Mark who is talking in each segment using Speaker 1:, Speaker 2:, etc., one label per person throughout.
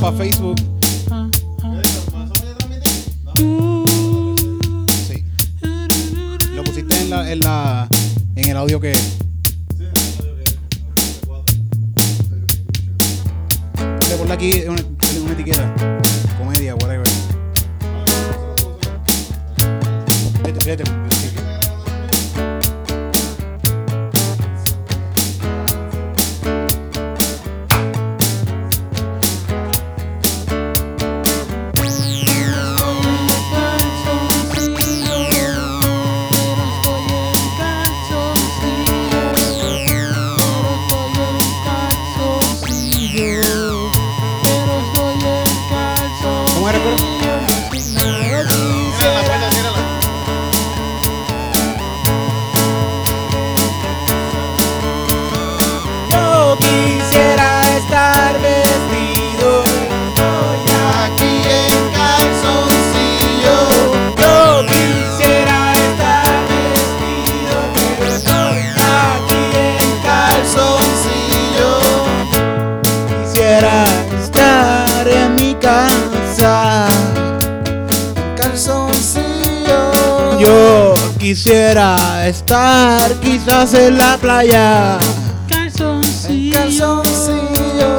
Speaker 1: para Facebook. Sí. Lo pusiste en la, en la en el audio que le ponle aquí una, una etiqueta. Comedia, whatever. Fíjate, fíjate. sí. ¿Cómo era, pero?
Speaker 2: Yo quisiera estar vestido aquí en calzoncillo. Yo quisiera estar vestido, pero estoy aquí en calzoncillo. Quisiera estar en mi casa en calzoncillo. Yo quisiera estar quizás en la playa.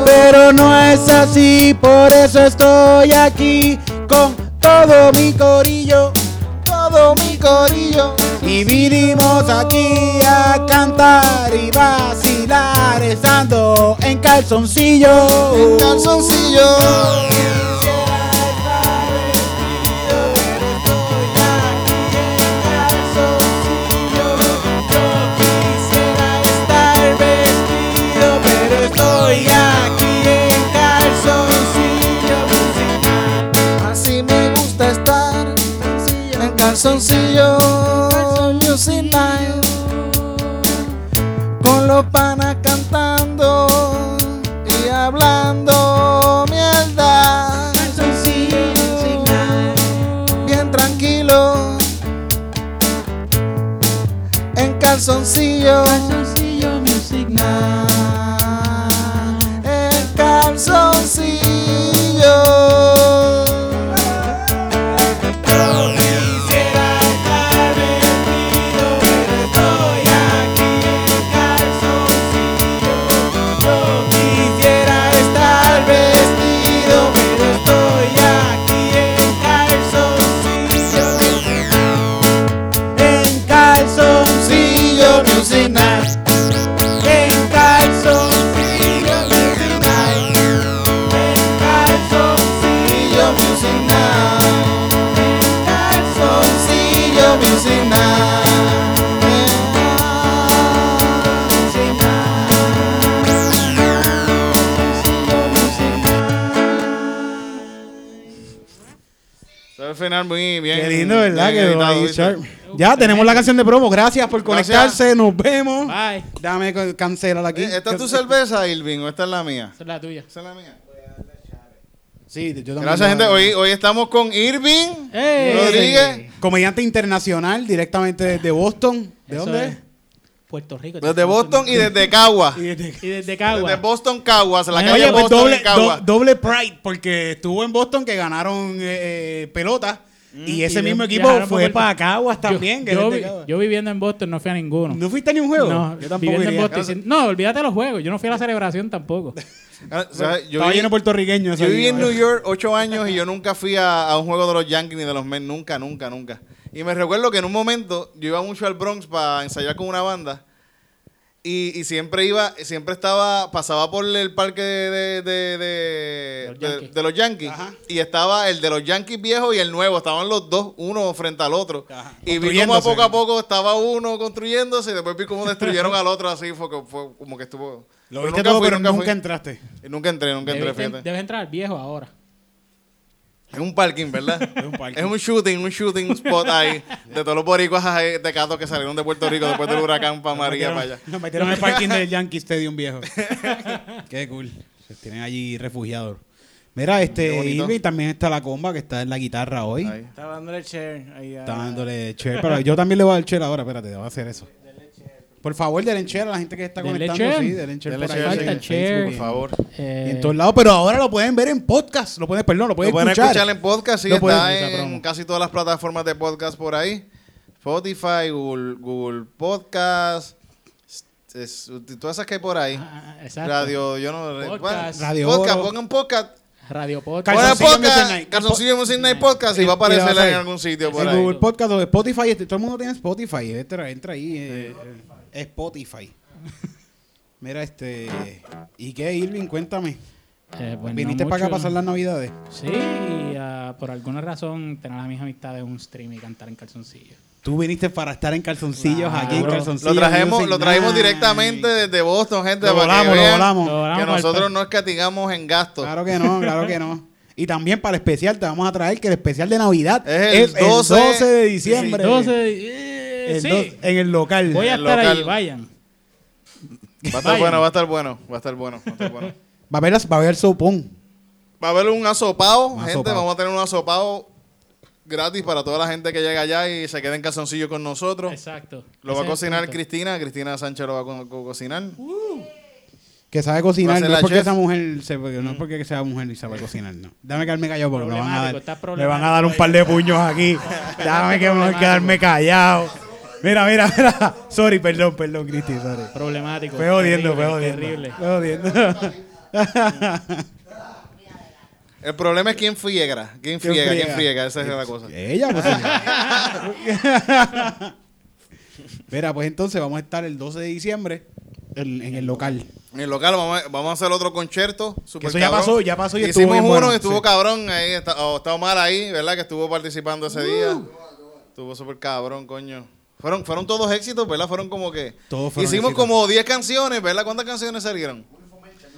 Speaker 2: Pero no es así, por eso estoy aquí con todo mi corillo, todo mi corillo. Y vinimos aquí a cantar y vacilar, estando en calzoncillo. En calzoncillo. Quisiera estar vestido, pero estoy aquí en calzoncillo. Así me gusta estar en calzoncillo. Music night. Con los panas cantando y hablando mierda. Bien tranquilo. En calzoncillo. El calzoncillo. Yo quisiera estar vestido, pero estoy aquí en calzoncillo. Yo quisiera estar vestido, pero estoy aquí en calzoncillo. En calzoncillo, music night. En calzoncillo music night. En calzoncillo music night. En calzoncillo music night. En
Speaker 3: Sabe el final muy bien.
Speaker 1: Qué lindo, ¿verdad?
Speaker 3: bien
Speaker 1: Quedó
Speaker 3: editado,
Speaker 1: ahí,
Speaker 3: ¿viste?
Speaker 1: Sharp. Ya tenemos la canción de promo. Gracias por
Speaker 3: Gracias.
Speaker 1: conectarse. Nos vemos.
Speaker 4: Bye.
Speaker 1: Dame con- cancelar aquí.
Speaker 3: Eh, ¿Esta es tu cerveza, Irving, o esta es la mía?
Speaker 4: Esa es la tuya.
Speaker 3: Esa es la mía.
Speaker 1: Sí, yo también.
Speaker 3: Gracias, gente. Hoy, hoy estamos con Irving
Speaker 4: ¡Ey!
Speaker 3: Rodríguez.
Speaker 1: Comediante internacional directamente desde Boston. ¿De
Speaker 4: Eso
Speaker 1: dónde?
Speaker 4: es. Puerto Rico.
Speaker 3: Desde Boston y desde Cagua.
Speaker 1: Y desde-
Speaker 4: Y desde
Speaker 3: Desde
Speaker 4: Cagua.
Speaker 3: Boston, Caguas. La
Speaker 4: Oye,
Speaker 3: calle
Speaker 1: Oye, pues
Speaker 3: Boston
Speaker 1: doble,
Speaker 3: y Caguas.
Speaker 1: do- doble pride, porque estuvo en Boston que ganaron eh, eh, pelota.
Speaker 3: Mm,
Speaker 1: Y ese
Speaker 4: Y
Speaker 1: mismo
Speaker 4: vi-
Speaker 1: equipo
Speaker 4: viajaron
Speaker 1: fue
Speaker 4: por-
Speaker 1: para Caguas también. que
Speaker 4: Yo,
Speaker 1: es
Speaker 4: yo
Speaker 1: de
Speaker 4: vi-
Speaker 1: Caguas.
Speaker 4: yo viviendo en Boston no fui a ninguno.
Speaker 1: ¿No fuiste a ni un juego?
Speaker 4: No,
Speaker 1: yo tampoco
Speaker 4: viviendo en
Speaker 1: iría.
Speaker 4: Boston. y sin- No, olvídate de los juegos. Yo no fui a la celebración tampoco.
Speaker 3: Ah, ¿sabes? Yo
Speaker 1: Estaba
Speaker 3: viví,
Speaker 1: lleno puertorriqueño. ese
Speaker 3: yo viví
Speaker 1: día,
Speaker 3: en
Speaker 1: ¿verdad?
Speaker 3: New York ocho años y yo nunca fui a, a un juego de los Yankees ni de los Mets. Nunca, nunca, nunca. Y me recuerdo que en un momento yo iba mucho al Bronx para ensayar con una banda. Y, y siempre iba, siempre estaba, pasaba por el parque de, de, de, de-
Speaker 4: Los
Speaker 3: de-
Speaker 4: Yankees.
Speaker 3: de los Yankees. Y estaba el de los Yankees viejos y el nuevo. Estaban los dos, uno frente al otro.
Speaker 1: Ajá.
Speaker 3: Y vi como a
Speaker 1: Construyéndose.
Speaker 3: poco a poco estaba uno construyéndose y después vi cómo destruyeron al otro así. Fue, que- fue como que estuvo.
Speaker 1: Lo
Speaker 3: pero
Speaker 1: viste todo, pero nunca,
Speaker 3: fui.
Speaker 1: entraste.
Speaker 3: Y Nunca entré, nunca entré,
Speaker 4: Debes,
Speaker 3: fíjate.
Speaker 4: debes entrar al viejo ahora.
Speaker 3: Es un parking, ¿verdad? es
Speaker 1: un parking.
Speaker 3: Es un shooting, un shooting spot ahí de todos los boricuas ahí, tecatos que salieron de Puerto Rico después del huracán para María para allá.
Speaker 1: Nos metieron en el parking del Yankee Stadium viejo. Qué cool. Se tienen allí refugiados. Mira,
Speaker 3: Qué
Speaker 1: este
Speaker 3: bonito.
Speaker 1: Irving también está la comba que está en la guitarra hoy.
Speaker 3: Ahí.
Speaker 2: Estaba dándole share. Ahí,
Speaker 1: Está dándole chair, pero yo también le voy a dar chair ahora, espérate, voy a hacer eso. Pues
Speaker 2: Por favor, denle share a la gente que está
Speaker 4: Denle
Speaker 2: conectando.
Speaker 4: share.
Speaker 2: Sí, denle share
Speaker 3: Denle
Speaker 2: por
Speaker 3: share,
Speaker 2: ahí.
Speaker 3: sí,
Speaker 2: en
Speaker 3: en
Speaker 4: share.
Speaker 2: Facebook,
Speaker 3: Por favor.
Speaker 4: Eh,
Speaker 2: Y en todos lados, pero ahora lo pueden ver en podcast. Lo pueden, perdón, lo pueden,
Speaker 3: Lo pueden
Speaker 2: escuchar.
Speaker 3: escuchar. en podcast, sí,
Speaker 2: Lo pueden-
Speaker 3: está
Speaker 4: esa
Speaker 3: en
Speaker 4: promo.
Speaker 3: casi todas las plataformas de podcast por ahí. Spotify, Google, Google Podcast, es- todas esas que hay por ahí.
Speaker 4: ah, ah, exacto.
Speaker 3: Radio, yo no...
Speaker 4: Podcast.
Speaker 3: bueno,
Speaker 2: Radio
Speaker 3: podcast,
Speaker 2: Oro.
Speaker 3: pongan podcast.
Speaker 4: Radio Podcast.
Speaker 3: Pongan
Speaker 2: Calzoncillo Music
Speaker 3: podcast,
Speaker 2: Night.
Speaker 3: Calzoncillo Music Night Podcast y
Speaker 2: Y-
Speaker 3: va a
Speaker 2: y la vas a
Speaker 3: aparecer en
Speaker 2: ver.
Speaker 3: algún sitio por
Speaker 2: En
Speaker 3: ahí.
Speaker 2: Google Podcast o Spotify. este- Todo el mundo tiene Spotify. Entra, entra ahí. eh, eh, Spotify. Mira, este. ¿Y qué, Irving? Cuéntame.
Speaker 4: Eh, pues no
Speaker 2: ¿Viniste para acá a
Speaker 4: mucho.
Speaker 2: pasar las navidades?
Speaker 4: Sí, y ah, por alguna razón tener a mis amistades en un stream y cantar en calzoncillo.
Speaker 2: Tú viniste para estar en calzoncillos
Speaker 4: Claro.
Speaker 2: aquí en calzoncillos.
Speaker 3: Lo trajimos,
Speaker 2: Music
Speaker 3: lo trajimos
Speaker 2: Night.
Speaker 3: directamente desde Boston, gente,
Speaker 2: Lo
Speaker 3: para que
Speaker 2: volamos, lo
Speaker 3: vean
Speaker 2: volamos.
Speaker 4: Lo volamos
Speaker 3: que
Speaker 4: para el
Speaker 3: nosotros
Speaker 4: pa-
Speaker 3: no escatigamos en gastos.
Speaker 2: Claro que no, claro que no. Y también para el especial te vamos a traer que el especial de Navidad
Speaker 3: Es el 12
Speaker 2: de diciembre.
Speaker 4: 12 de- eh,
Speaker 2: El
Speaker 4: sí.
Speaker 2: 12 en el local.
Speaker 4: Voy a
Speaker 3: El
Speaker 4: estar
Speaker 3: local.
Speaker 4: ahí, vayan.
Speaker 3: Va a estar
Speaker 4: Vayan.
Speaker 3: bueno, va a estar bueno, va a estar bueno, va a estar bueno.
Speaker 2: Va a haber, va a haber sopón.
Speaker 3: Va a haber un asopado,
Speaker 2: Un
Speaker 3: gente.
Speaker 2: asopado.
Speaker 3: Vamos a tener un asopado gratis para toda la gente que llega allá y se queda en calzoncillo con nosotros.
Speaker 4: Exacto.
Speaker 3: Lo va a
Speaker 4: Ese es el
Speaker 3: cocinar
Speaker 4: punto.
Speaker 3: Cristina. Cristina Sánchez lo va a co- co- cocinar.
Speaker 2: Que sabe
Speaker 3: Va a
Speaker 2: cocinar.
Speaker 3: ser
Speaker 2: No
Speaker 3: la
Speaker 2: es porque
Speaker 3: chef.
Speaker 2: esa mujer se- porque no es porque sea mujer y sabe cocinar, no. Dame quedarme callado porque me van a
Speaker 4: Problemático, estás
Speaker 2: dar, me van a dar un par de puños aquí. Dame que me
Speaker 4: problemático.
Speaker 2: quedarme callado. Mira, mira, mira. Sorry, perdón, perdón, Cristi, sorry.
Speaker 4: Problemático.
Speaker 2: Fue jodiendo, fue
Speaker 4: Terrible,
Speaker 2: jodiendo.
Speaker 4: terrible.
Speaker 2: Fue jodiendo.
Speaker 3: El problema es quién friega. ¿Quién friega? ¿Quién friega? Esa es la cosa.
Speaker 2: Ella, pues. señor. Mira, pues entonces vamos a estar el 12 de diciembre en, en el local.
Speaker 3: En el local vamos a, vamos a hacer otro concierto. super
Speaker 2: eso ya
Speaker 3: cabrón.
Speaker 2: pasó, ya pasó y estuvo
Speaker 3: Hicimos
Speaker 2: bien
Speaker 3: uno
Speaker 2: bueno,
Speaker 3: y estuvo
Speaker 2: sí.
Speaker 3: cabrón. Ahí está, oh, está Omar ahí, ¿verdad? Que estuvo participando ese día. Estuvo súper cabrón, coño. Fueron, fueron todos éxitos, ¿verdad? Fueron como que.
Speaker 2: Todos fueron
Speaker 3: Hicimos
Speaker 2: éxitos.
Speaker 3: como 10 canciones, ¿verdad? ¿Cuántas canciones salieron?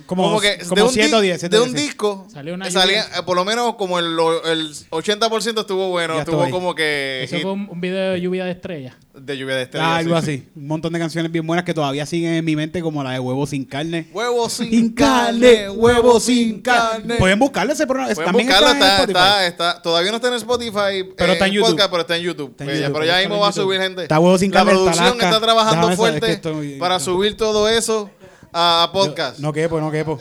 Speaker 2: Como,
Speaker 3: que
Speaker 2: como
Speaker 3: un
Speaker 2: 7 o
Speaker 3: di-
Speaker 2: 10. siete
Speaker 3: de
Speaker 2: o
Speaker 3: un
Speaker 2: diez, sí.
Speaker 3: disco
Speaker 4: Salió una
Speaker 3: eh, salía,
Speaker 4: lluvia.
Speaker 3: eh, por lo menos como el, lo- el 80% estuvo bueno
Speaker 2: Ya
Speaker 3: estuvo
Speaker 2: estoy.
Speaker 3: como que
Speaker 4: Eso
Speaker 3: hit
Speaker 4: fue un, un video de lluvia de estrellas.
Speaker 3: de lluvia de estrellas
Speaker 2: Ah, algo
Speaker 3: sí.
Speaker 2: así. Un montón de canciones bien buenas que todavía siguen en mi mente, como la de Huevo sin carne.
Speaker 3: huevo sin
Speaker 2: Sin
Speaker 3: carne
Speaker 2: carne,
Speaker 3: huevo sin carne
Speaker 2: Pueden buscarle ese programa.
Speaker 3: Pueden
Speaker 2: También
Speaker 3: buscarlo,
Speaker 2: está en
Speaker 3: Pues está,
Speaker 2: Spotify.
Speaker 3: está, está- todavía no está en Spotify
Speaker 2: Pero
Speaker 3: eh,
Speaker 2: está en YouTube.
Speaker 3: podcast, pero está en YouTube,
Speaker 2: Está en
Speaker 3: Eh, ya-
Speaker 2: YouTube,
Speaker 3: pero ya
Speaker 2: está
Speaker 3: mismo
Speaker 2: en
Speaker 3: va a
Speaker 2: YouTube.
Speaker 3: subir gente
Speaker 2: Está Huevo sin
Speaker 3: la
Speaker 2: Carne, está
Speaker 3: producción
Speaker 2: Alaska.
Speaker 3: está trabajando
Speaker 2: Déjame saber, es que
Speaker 3: fuerte
Speaker 2: estoy-
Speaker 3: para
Speaker 2: estoy-
Speaker 3: subir todo eso a, a podcast Ah,
Speaker 2: No quepo, no quepo.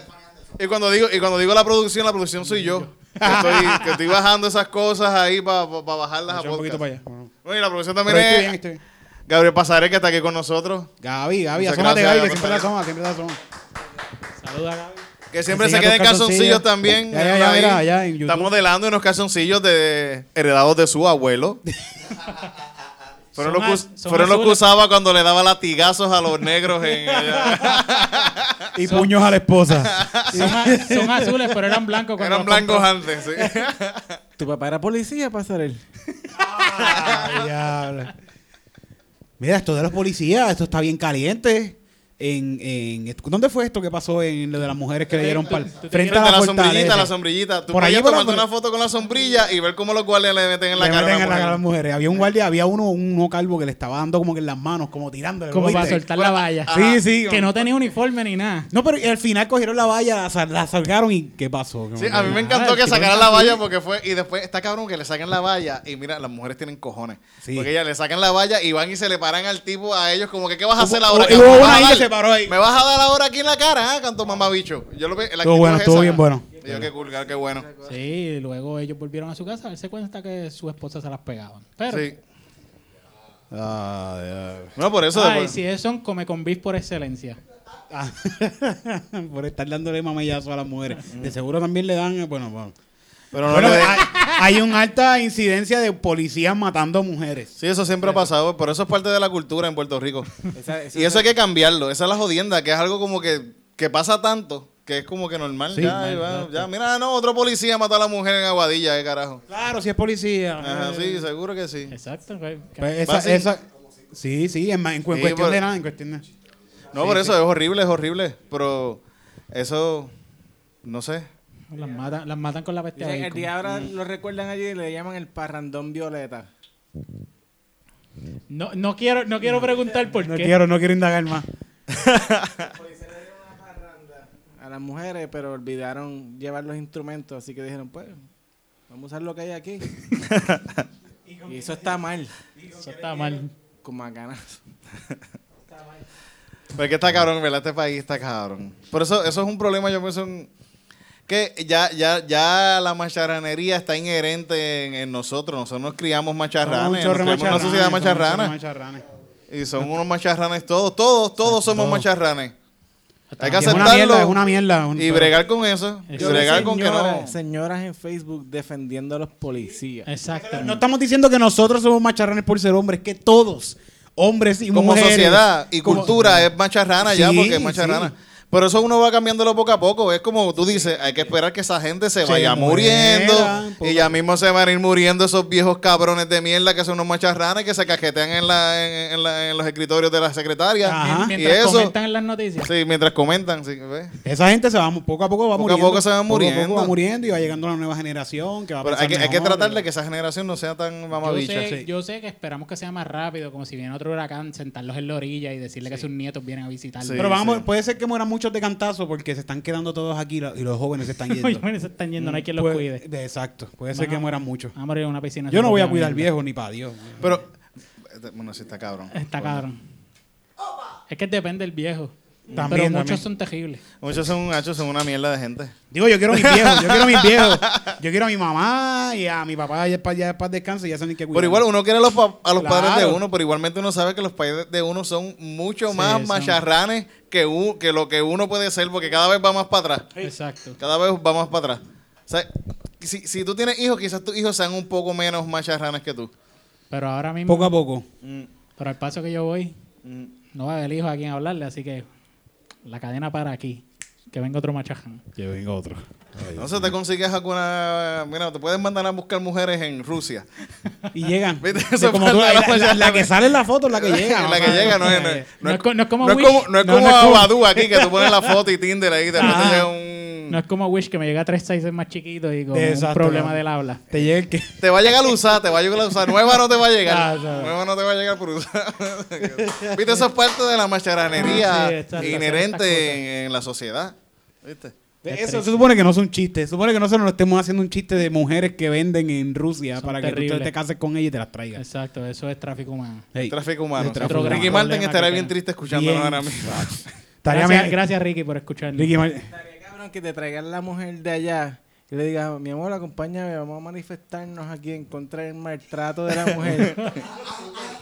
Speaker 3: Y cuando digo y cuando digo la producción, la producción soy yo. Que estoy, que estoy bajando esas cosas ahí para bajarlas a
Speaker 2: Echa un
Speaker 3: podcast.
Speaker 2: poquito para allá. Bueno.
Speaker 3: Bueno, y la producción también
Speaker 2: Pero estoy bien,
Speaker 3: es
Speaker 2: estoy bien.
Speaker 3: Gabriel Pasaré, que está aquí con nosotros.
Speaker 2: Gaby, Gaby,
Speaker 3: Muchas
Speaker 2: asómate,
Speaker 3: gracias,
Speaker 2: Gaby, que
Speaker 3: Gabriel
Speaker 2: siempre la
Speaker 3: Pasaré.
Speaker 2: asoma, siempre la asoma.
Speaker 4: Saluda, Gaby.
Speaker 3: Que siempre se
Speaker 2: Enseña
Speaker 3: queda en
Speaker 2: tus
Speaker 3: calzoncillos
Speaker 2: calzoncillos.
Speaker 3: también.
Speaker 2: Ya, ya, ya,
Speaker 3: Ahí.
Speaker 2: mira, ya en YouTube.
Speaker 3: está modelando unos calzoncillos de, heredados de su abuelo. Fueron,
Speaker 4: Son
Speaker 3: los, que,
Speaker 4: az-
Speaker 3: us-
Speaker 4: son
Speaker 3: fueron los que
Speaker 4: azules.
Speaker 3: usaba cuando le daba latigazos a los negros. en- allá.
Speaker 2: Y puños a la esposa.
Speaker 4: Son, a- son azules, pero eran blancos cuando
Speaker 3: Eran
Speaker 4: los
Speaker 3: blancos
Speaker 4: compró.
Speaker 3: antes. sí.
Speaker 5: ¿Tu papá era policía, Pasarel?
Speaker 2: Ay, diablo. Mira, esto de los policías, esto está bien caliente. En, en- ¿Dónde fue esto que pasó en lo de las mujeres que le dieron pal?
Speaker 4: tú te
Speaker 2: Frente
Speaker 3: De
Speaker 2: a la,
Speaker 3: la
Speaker 2: fortaleza.
Speaker 3: sombrillita, la sombrillita. Tú
Speaker 2: Por
Speaker 3: por allá
Speaker 2: allí, por la-
Speaker 3: tomando una foto con la sombrilla y ver cómo los guardias le meten en la
Speaker 2: Le
Speaker 3: cara. a
Speaker 2: meten
Speaker 3: una
Speaker 2: en la cara a las
Speaker 3: mujer.
Speaker 2: mujeres. Había un guardia, había uno, uno calvo que le estaba dando como que en las manos, como tirándole. ¿lo
Speaker 4: Como para
Speaker 2: viste?
Speaker 4: soltar la valla.
Speaker 2: Sí, sí.
Speaker 4: Que no tenía uniforme ni nada.
Speaker 2: No, pero al final cogieron la valla, la sal- la sacaron y ¿qué pasó? Como
Speaker 3: Sí,
Speaker 2: que-
Speaker 3: a mí me
Speaker 4: Ah,
Speaker 3: encantó
Speaker 4: el
Speaker 3: que
Speaker 4: tipo
Speaker 3: sacaran
Speaker 4: está
Speaker 3: la
Speaker 4: así.
Speaker 3: valla porque fue. Y después está cabrón que le sacan la valla. Y mira, las mujeres tienen cojones.
Speaker 2: Sí.
Speaker 3: Porque ellas le sacan la valla y van y se le paran al tipo a ellos, como que, ¿qué vas a hacer
Speaker 2: Hubo-
Speaker 3: ahora?
Speaker 2: hubo
Speaker 3: cabrón? ¿Me
Speaker 2: una
Speaker 3: vas a
Speaker 2: ahí que
Speaker 3: dar-
Speaker 2: se paró ahí.
Speaker 3: Me vas a dar ahora aquí en la cara, ¿ah? Canto mamabicho. Yo lo ve. la
Speaker 2: Estuvo
Speaker 3: actitud
Speaker 2: bueno,
Speaker 3: es
Speaker 2: estuvo
Speaker 3: esa.
Speaker 2: bien bueno.
Speaker 3: Y yo, qué cool, qué bueno.
Speaker 4: Sí, y luego ellos volvieron a su casa a darse cuenta que su esposa se las pegaban. Pero,
Speaker 3: Sí.
Speaker 2: Ah, diablo.
Speaker 3: Bueno, por eso.
Speaker 4: ay,
Speaker 3: después-
Speaker 4: si es son come con bis por excelencia.
Speaker 2: Ah, por estar dándole mamayazo a las mujeres. De seguro también le dan, eh, bueno, bueno.
Speaker 3: Pero no
Speaker 2: Bueno, ah,
Speaker 3: le de-
Speaker 2: hay, hay una alta incidencia de policías matando mujeres.
Speaker 3: Sí, eso siempre ha pasado. Por eso es parte de la cultura en Puerto Rico.
Speaker 5: Esa- esa-
Speaker 3: Y eso hay que cambiarlo. Esa es la jodienda, que es algo como que, que pasa tanto, que es como que normal.
Speaker 2: Sí,
Speaker 3: ya,
Speaker 2: normal,
Speaker 3: y va- ya, mira, no, otro policía mató a la mujer en Aguadilla, qué carajo.
Speaker 2: Claro, si es policía.
Speaker 3: Ajá, sí, seguro que sí.
Speaker 4: Exacto. güey. Que-
Speaker 2: Pues
Speaker 3: Va
Speaker 2: esa,
Speaker 3: así.
Speaker 2: esa- sí, sí, en, ma- en cu- en
Speaker 3: Sí,
Speaker 2: cuestión
Speaker 3: por-
Speaker 2: de nada, en cuestión de
Speaker 3: No, por eso es horrible, es horrible. Pero eso, no sé.
Speaker 4: Las matan, las matan con la bestia.
Speaker 5: Dicen, el
Speaker 4: Bacon.
Speaker 5: día ahora lo recuerdan allí y le llaman el parrandón violeta.
Speaker 4: No, no quiero, no quiero preguntar por
Speaker 2: No
Speaker 4: qué.
Speaker 2: quiero, no quiero indagar más.
Speaker 5: A las mujeres, pero olvidaron llevar los instrumentos, así que dijeron, pues, vamos a usar lo que hay aquí. y eso está mal,
Speaker 4: Eso está mal.
Speaker 5: con macanas.
Speaker 3: Porque está cabrón, ¿verdad? Este país está cabrón. Por eso, eso es un problema, yo pienso, en- que ya, ya, ya la macharranería está inherente en, en nosotros. Nosotros nos criamos macharranes, nos
Speaker 2: chorro de
Speaker 3: criamos en una
Speaker 2: macharranes,
Speaker 3: sociedad
Speaker 2: somos un chorro de
Speaker 3: macharrana.
Speaker 2: macharranes.
Speaker 3: Y son unos macharranes todos, todos, todos somos
Speaker 2: todos.
Speaker 3: macharranes. Hay que
Speaker 2: Y Es una mierda, es
Speaker 3: aceptarlo
Speaker 2: una mierda. un-
Speaker 3: y bregar con eso. Y
Speaker 4: Yo
Speaker 3: bregar con que no.
Speaker 5: Señoras en Facebook defendiendo a los policías.
Speaker 4: Exacto.
Speaker 2: No estamos diciendo que nosotros somos macharranes por ser hombres, que todos, hombres y
Speaker 3: como
Speaker 2: mujeres.
Speaker 3: sociedad y
Speaker 2: como-
Speaker 3: cultura es macharrana ya
Speaker 2: Sí,
Speaker 3: porque es macharrana.
Speaker 2: sí.
Speaker 3: Por eso uno va cambiándolo poco a poco. Es como tú dices, hay que esperar que esa gente se
Speaker 2: Se
Speaker 3: vaya muriendo.
Speaker 2: mueran, poco
Speaker 3: y
Speaker 2: a
Speaker 3: ya mismo se van a ir muriendo esos viejos cabrones de mierda que son unos macharranes que se cajetean en, la, en, en la- en los escritorios de las secretarias.
Speaker 2: Ajá.
Speaker 3: Y
Speaker 4: Mientras
Speaker 3: eso,
Speaker 4: comentan en las noticias.
Speaker 3: sí, mientras comentan. sí, ¿ves?
Speaker 2: Esa gente se va, poco a poco va
Speaker 3: Poco a
Speaker 2: muriendo.
Speaker 3: poco se va muriendo.
Speaker 2: va muriendo y va llegando la nueva generación que va a
Speaker 3: Pero hay
Speaker 2: pensar
Speaker 3: que, hay que
Speaker 2: mejor.
Speaker 3: tratar de que esa generación no sea tan
Speaker 4: Yo
Speaker 3: mamabicha.
Speaker 4: sé,
Speaker 2: sí.
Speaker 4: yo sé que esperamos que sea más rápido, como si viene otro huracán, sentarlos en la orilla y decirle que sus nietos vienen a visitarlos.
Speaker 3: Sí,
Speaker 2: Pero vamos,
Speaker 3: sí.
Speaker 2: puede ser que mueran muchos de cantazo porque se están quedando todos aquí lo- y los jóvenes se están
Speaker 4: Oye,
Speaker 2: yendo.
Speaker 4: bueno, se están yendo, no hay quien los
Speaker 2: Puede-
Speaker 4: cuide.
Speaker 2: de- Exacto, puede ser
Speaker 4: Van a-
Speaker 2: que mueran muchos.
Speaker 4: Vamos a morir en una piscina.
Speaker 2: Yo no voy a cuidar
Speaker 4: mierda.
Speaker 2: viejo ni para Dios.
Speaker 3: Pero, este, bueno, sí está cabrón.
Speaker 4: Está cabrón. Es que depende del viejo.
Speaker 2: También,
Speaker 4: Pero
Speaker 2: también.
Speaker 4: muchos son terribles.
Speaker 3: Muchos son, hachos, son una mierda de gente.
Speaker 2: Digo, yo quiero a mis viejos, yo quiero a mis viejos. Yo quiero a mi mamá y a mi papá ya para ya para descanso y ya saben que cuidar.
Speaker 3: Pero igual uno quiere a los, pa- a los
Speaker 2: Claro.
Speaker 3: padres de uno, pero igualmente uno sabe que los padres de uno son mucho
Speaker 4: Sí,
Speaker 3: más
Speaker 4: son-
Speaker 3: macharranes que, u- que lo que uno puede ser, porque cada vez va más para atrás.
Speaker 4: Exacto.
Speaker 3: Cada vez va más para atrás. O sea, si, si tú tienes hijos, quizás tus hijos sean un poco menos macharranes que tú.
Speaker 4: Pero ahora mismo,
Speaker 2: poco a poco.
Speaker 4: Mm, pero al paso que yo voy, no va a haber hijo a quien hablarle, así que la cadena para aquí. Que venga otro machaján.
Speaker 2: Que venga otro.
Speaker 3: No sé, te consigues alguna. Mira, te pueden mandar a buscar mujeres en Rusia.
Speaker 2: Y llegan.
Speaker 3: Vete,
Speaker 2: De
Speaker 3: eso
Speaker 2: como
Speaker 3: falta
Speaker 2: tú- la,
Speaker 3: la
Speaker 2: la- la- la que sale en la foto es la que llega.
Speaker 3: la que
Speaker 2: mamá.
Speaker 3: llega no es, no es-
Speaker 4: No es co- no es como
Speaker 3: no es
Speaker 4: Wish.
Speaker 3: como, no es
Speaker 2: No, no
Speaker 3: como
Speaker 2: es como-
Speaker 3: Badoo aquí, que tú pones la foto y Tinder ahí, te
Speaker 4: Ah.
Speaker 3: llega un.
Speaker 4: No es como Wish que me llega tres sizes más chiquito y con un
Speaker 2: Exacto.
Speaker 4: problema del habla.
Speaker 2: Te llega el que.
Speaker 3: Te va a llegar usada, te va a llegar usada. Nueva no te va a llegar.
Speaker 2: Ah, sabe.
Speaker 3: Nueva no te va a llegar por usada. Viste, eso es parte de la macharanería
Speaker 4: Sí, exacto,
Speaker 3: inherente
Speaker 4: hacer
Speaker 3: en, en la sociedad. ¿Viste?
Speaker 4: Es
Speaker 2: Eso
Speaker 4: triste.
Speaker 2: se supone que no es un chiste. Se supone que nosotros no estemos haciendo un chiste de mujeres que venden en Rusia
Speaker 4: Son
Speaker 2: para que tú
Speaker 4: terribles.
Speaker 2: te cases con ellas y te las traigas.
Speaker 4: Exacto, eso es tráfico humano.
Speaker 2: Ey,
Speaker 3: Tráfico humano.
Speaker 2: el tráfico
Speaker 4: Otro gran
Speaker 3: Ricky
Speaker 2: humano.
Speaker 3: Martin
Speaker 4: problema
Speaker 3: estará
Speaker 4: que
Speaker 3: bien
Speaker 4: tenemos.
Speaker 3: triste escuchándonos
Speaker 2: Bien.
Speaker 3: ahora mismo.
Speaker 2: Estaría
Speaker 4: Gracias,
Speaker 2: bien-
Speaker 4: gracias, Ricky, por escucharnos.
Speaker 2: Ricky Martin.
Speaker 5: Estaría cabrón que te traigan la mujer de allá y le digas, mi amor, acompáñame, vamos a manifestarnos aquí en contra del maltrato de la mujer.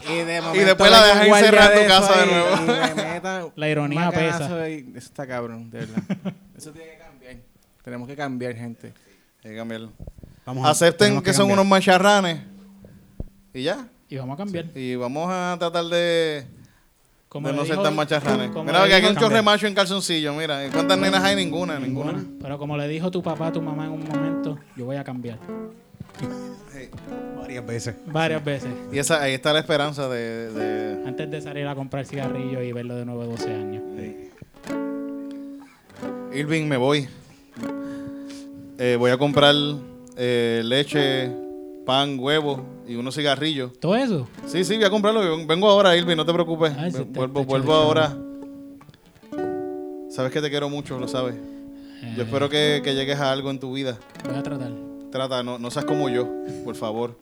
Speaker 5: y, de momento
Speaker 3: después la
Speaker 5: venga
Speaker 3: dejan
Speaker 5: un Ah, guardia
Speaker 3: encerrada en tu
Speaker 5: eso
Speaker 3: casa de
Speaker 5: ahí
Speaker 3: nuevo.
Speaker 5: y le metan
Speaker 4: La ironía
Speaker 5: un macanazo
Speaker 4: pesa.
Speaker 5: ahí. Eso está cabrón, de verdad. Eso tiene que cambiar. Tenemos que cambiar, gente.
Speaker 3: Hay que cambiarlo.
Speaker 2: Vamos a-
Speaker 3: Acepten
Speaker 2: tenemos
Speaker 3: que, son
Speaker 2: cambiar.
Speaker 3: unos macharranes. Y ya.
Speaker 4: Y vamos a cambiar.
Speaker 3: Y vamos a tratar de, de no
Speaker 4: le
Speaker 3: ser
Speaker 4: dijo-
Speaker 3: tan macharranes.
Speaker 4: como
Speaker 3: Mira,
Speaker 4: le
Speaker 3: que aquí hay
Speaker 4: dijo-
Speaker 3: un chorre macho en calzoncillo. Mira, ¿Y ¿cuántas nenas hay? Ninguna, ninguna.
Speaker 4: Bueno, pero como le dijo tu papá a tu mamá en un momento, yo voy a cambiar.
Speaker 2: Varias veces.
Speaker 4: Varias veces.
Speaker 3: Y esa, ahí está la esperanza de- de
Speaker 4: Antes de salir a comprar cigarrillos y verlo de nuevo de 12 años.
Speaker 3: Irving, me voy. Eh, voy a comprar eh, leche, pan, huevo y unos cigarrillos.
Speaker 4: Todo eso.
Speaker 3: Sí, sí, voy a comprarlo. Vengo ahora, Irving, no te preocupes.
Speaker 4: Ay, se
Speaker 3: Vu-
Speaker 4: te-
Speaker 3: vuelvo
Speaker 4: te
Speaker 3: vuelvo
Speaker 4: chorreó.
Speaker 3: ahora. Sabes que te quiero mucho, lo sabes. Yo
Speaker 4: Eh,
Speaker 3: espero que, que llegues a algo en tu vida.
Speaker 4: Voy a tratar.
Speaker 3: Trata, no, no seas como yo, por favor.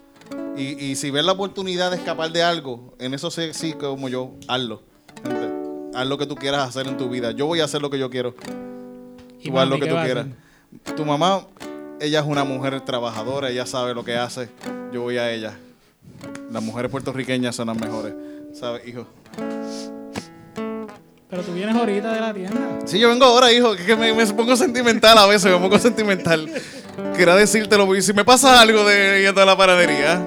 Speaker 3: Y, y si ves la oportunidad de escapar de algo, en eso sí, sí como yo, hazlo. Gente, haz lo que tú quieras hacer en tu vida. Yo voy a hacer lo que yo quiero. Tú haz
Speaker 4: mami,
Speaker 3: lo que
Speaker 4: ¿qué
Speaker 3: tú
Speaker 4: va a
Speaker 3: quieras.
Speaker 4: hacer?
Speaker 3: Tu mamá, ella es una mujer trabajadora, ella sabe lo que hace. Yo voy a ella. Las mujeres puertorriqueñas son las mejores. ¿Sabes, hijo?
Speaker 4: Pero tú vienes ahorita de la tienda.
Speaker 3: Sí, yo vengo ahora, hijo, que- que me, me pongo sentimental a veces, me pongo sentimental. Quería decírtelo, porque si me pasa algo de yendo a la panadería.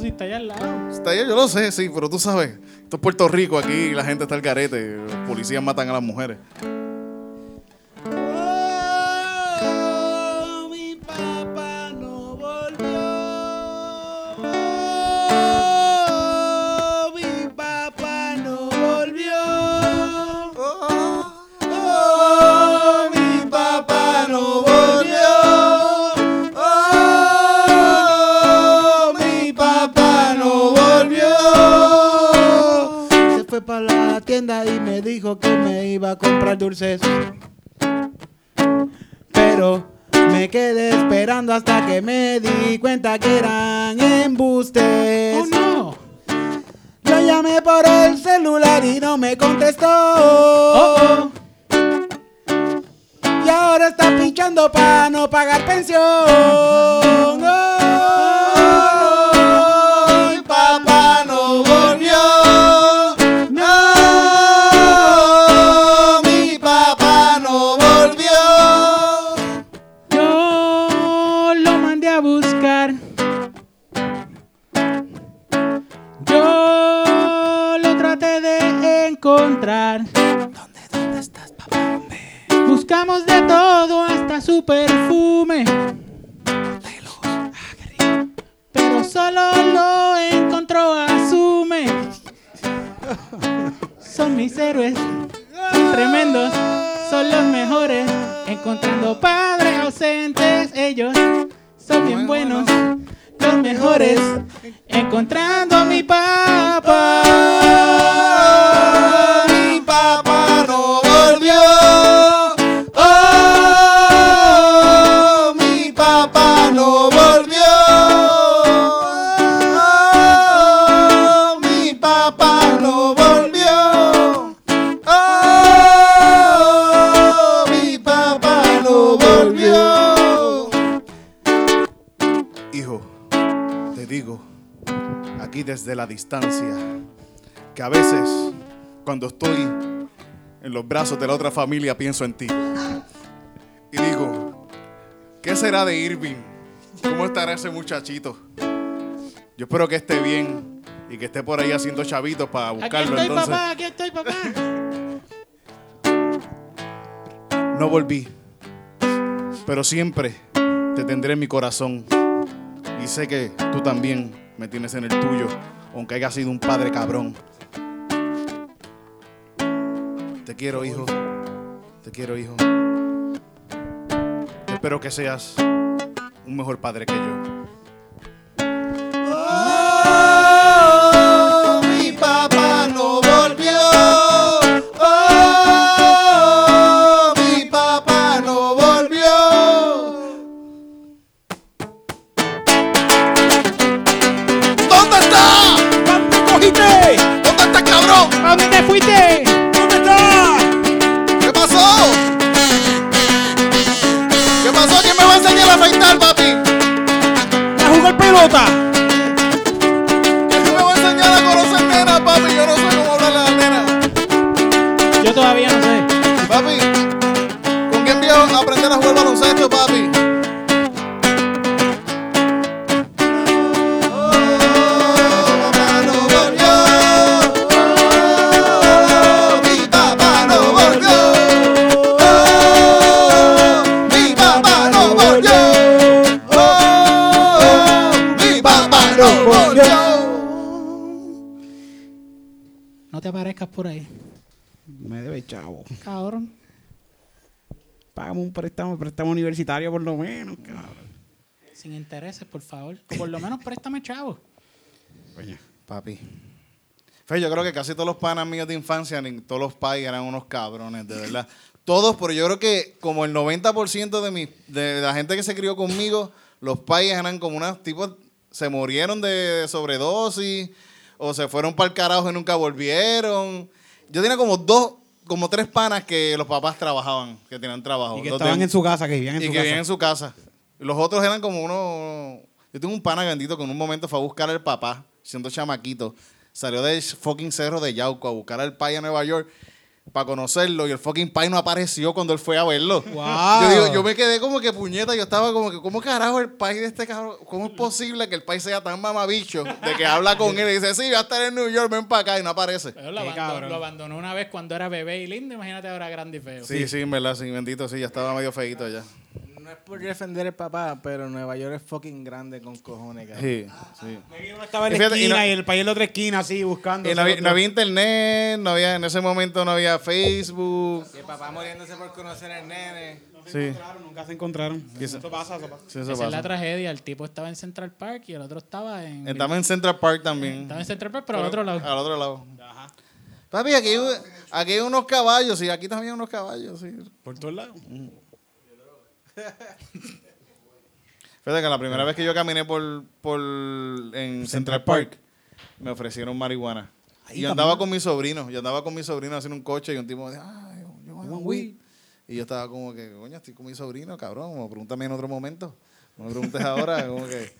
Speaker 4: si está allá al lado.
Speaker 3: Está ahí, yo lo sé, sí, pero tú sabes. Esto es Puerto Rico, aquí la gente está al carete, los policías matan a las mujeres.
Speaker 5: Oh, mi papá no volvió. Oh, mi papá no volvió. Oh, mi papá no volvió. Oh, mi papá no volvió. Se fue para la tienda y me dijo que me iba a comprar dulces. Pero me quedé esperando hasta que me di cuenta que eran embustes.
Speaker 4: ¡Oh, no!
Speaker 5: Yo llamé por el celular y no me contestó. Y ahora está pinchando para no pagar pensión. Ay, papá no volvió. No, mi papá no volvió.
Speaker 4: Yo lo mandé a buscar. Yo lo traté de encontrar. ¿Dónde, dónde estás, papá? Buscamos de todo hasta su perfume. Pero solo lo encontró Asume. Son mis héroes. Son tremendos. Son los mejores. Encontrando padres ausentes. Ellos son bien buenos. Los mejores. Encontrando a mi papá.
Speaker 5: Mi papá no volvió. Oh, mi papá no volvió. Oh, mi papá no volvió. Oh, mi papá no volvió.
Speaker 3: Hijo, te digo, aquí desde la distancia, que a veces, cuando estoy en los brazos de la otra familia, pienso en ti. Y digo, ¿qué será de Irving? ¿Cómo estará ese muchachito? Yo espero que esté bien y que esté por ahí haciendo chavitos para
Speaker 4: Aquí
Speaker 3: buscarlo.
Speaker 4: estoy,
Speaker 3: Entonces,
Speaker 4: papá. Aquí estoy, papá.
Speaker 3: no volví, pero siempre te tendré en mi corazón. Y sé que tú también me tienes en el tuyo, aunque haya sido un padre cabrón. Te quiero, hijo. Te quiero, hijo. Espero que seas un mejor padre que yo.
Speaker 5: Oh, mi papá no volvió. Oh, mi papá no volvió.
Speaker 3: ¿Dónde está?
Speaker 2: ¿Cuánto cogiste?
Speaker 3: ¿Dónde está, cabrón?
Speaker 4: ¿A dónde te fuiste?
Speaker 2: ¿Dónde está?
Speaker 3: ¿Qué pasó? ¿Qué pasó? ¿Quién me va a enseñar a afeitar, papi?
Speaker 2: ¿A jugar pelota?
Speaker 3: ¿Quién me va a enseñar a conocer nena, papi? Yo no sé cómo hablarle a la nena.
Speaker 4: Yo todavía no sé.
Speaker 3: Papi, ¿con quién vio a aprender a jugar baloncesto, papi?
Speaker 5: Papá no volvió. Oh, mi papá no volvió. Oh, mi papá no volvió. Oh, mi papá no volvió.
Speaker 4: No te aparezcas por ahí.
Speaker 2: Me debe, chavo.
Speaker 4: Cabrón.
Speaker 2: Págame un préstamo, préstamo universitario por lo menos, cabrón.
Speaker 4: Sin intereses, por favor. O por lo menos préstame, chavo.
Speaker 2: Coño.
Speaker 3: Papi. Fe, yo creo que casi todos los panas míos de infancia, ni todos los pais eran unos cabrones, de verdad. Todos, pero yo creo que como el 90% de, mi, de la gente que se crió conmigo, los pais eran como unos tipos, se murieron de sobredosis, o se fueron para el carajo y nunca volvieron. Yo tenía como dos, como tres panas que los papás trabajaban, que tenían trabajo.
Speaker 2: Y que
Speaker 3: Los
Speaker 2: estaban
Speaker 3: de-
Speaker 2: en su casa, que vivían en
Speaker 3: y
Speaker 2: su
Speaker 3: que
Speaker 2: casa.
Speaker 3: vivían en su casa. Los otros eran como uno. Yo tengo un pana bendito que en un momento fue a buscar al papá, siendo chamaquito. Salió del fucking cerro de Yauco a buscar al pai a Nueva York para conocerlo y el fucking pai no apareció cuando él fue a verlo.
Speaker 2: Wow.
Speaker 3: Yo, digo, yo me quedé como que puñeta, yo estaba como que, ¿cómo carajo el pai de este cabrón? ¿Cómo es posible que el pai sea tan mamabicho de que habla con él y dice, sí, va a estar en New York, ven para acá y no aparece?
Speaker 4: Pero lo,
Speaker 2: Qué
Speaker 4: abandonó,
Speaker 2: cabrón.
Speaker 4: lo abandonó una vez cuando era bebé y lindo. Imagínate ahora grande y feo.
Speaker 3: Sí, sí, en verdad, sí, bendito, sí, ya estaba medio feito ya.
Speaker 5: No es por defender el papá, pero Nueva York es fucking grande con cojones, cabrón.
Speaker 3: Sí, sí.
Speaker 2: Uno estaba en la
Speaker 3: Y fíjate, y
Speaker 2: esquina
Speaker 3: no-
Speaker 2: y, el país en la otra esquina, así, buscando.
Speaker 3: Y no, había, no había internet, no había, en ese momento no había Facebook.
Speaker 5: Y el papá muriéndose por conocer al nene.
Speaker 3: Sí,
Speaker 2: Nunca se encontraron. Eso pasa, eso pasa.
Speaker 3: sí,
Speaker 4: Esa
Speaker 3: eso
Speaker 4: es la
Speaker 3: pasa.
Speaker 4: tragedia. El tipo estaba en Central Park y el otro estaba en.
Speaker 3: Estaba en Central Park también.
Speaker 4: estaba en Central Park, pero al otro lado.
Speaker 3: Al otro lado. Papi, aquí, hay- aquí hay unos caballos, sí, aquí también hay unos caballos, sí.
Speaker 2: Por todos lados.
Speaker 3: Fíjate que la primera vez que yo caminé por, por en Central Park, me ofrecieron marihuana.
Speaker 2: Ahí
Speaker 3: Y yo
Speaker 2: también.
Speaker 3: andaba con mi sobrino, yo andaba con mi sobrino haciendo un coche y un tipo me decía, ay, yo want a
Speaker 2: want
Speaker 3: Wii". Y yo estaba como que, coño, estoy con mi sobrino, cabrón, como pregúntame en otro momento. No me preguntes ahora, como que.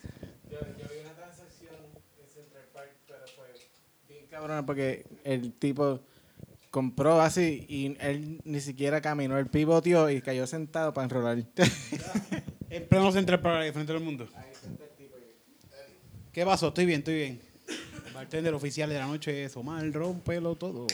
Speaker 5: Bien cabrón, porque el tipo compró así y él ni siquiera caminó, él pivoteó y cayó sentado para enrolar.
Speaker 2: En pleno Central Park, de frente al mundo. ¿Qué pasó? Estoy bien, estoy bien. Bartender oficial de la noche es Omar, rompelo todo.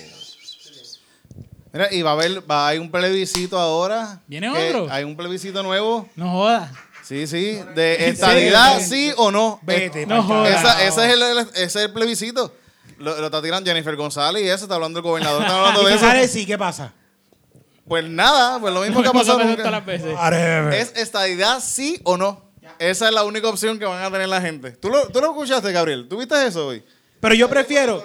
Speaker 3: Mira, y va a haber, va, hay un plebiscito ahora.
Speaker 4: ¿Viene
Speaker 3: que
Speaker 4: otro?
Speaker 3: Hay un plebiscito nuevo.
Speaker 4: No jodas.
Speaker 3: Sí, sí, de estadidad, sí o no.
Speaker 2: Vete,
Speaker 4: No
Speaker 2: pa'l
Speaker 4: jodas.
Speaker 2: carajo.
Speaker 3: Esa, ese, es el, el- ese es el plebiscito. Lo, lo está tirando Jennifer González y eso, está hablando el gobernador, está hablando
Speaker 2: ¿Y
Speaker 3: de
Speaker 2: qué
Speaker 3: eso.
Speaker 2: sale? Sí, ¿qué pasa?
Speaker 3: Pues nada, pues lo mismo que ha
Speaker 4: Como se
Speaker 3: pasado.
Speaker 4: pasó
Speaker 3: nunca.
Speaker 4: todas las veces.
Speaker 2: Ah,
Speaker 3: ¿Es estadidad sí o no? Esa es la única opción que van a tener la gente. ¿Tú lo, tú lo escuchaste, Gabriel? ¿Tú viste eso hoy?
Speaker 2: Pero yo prefiero.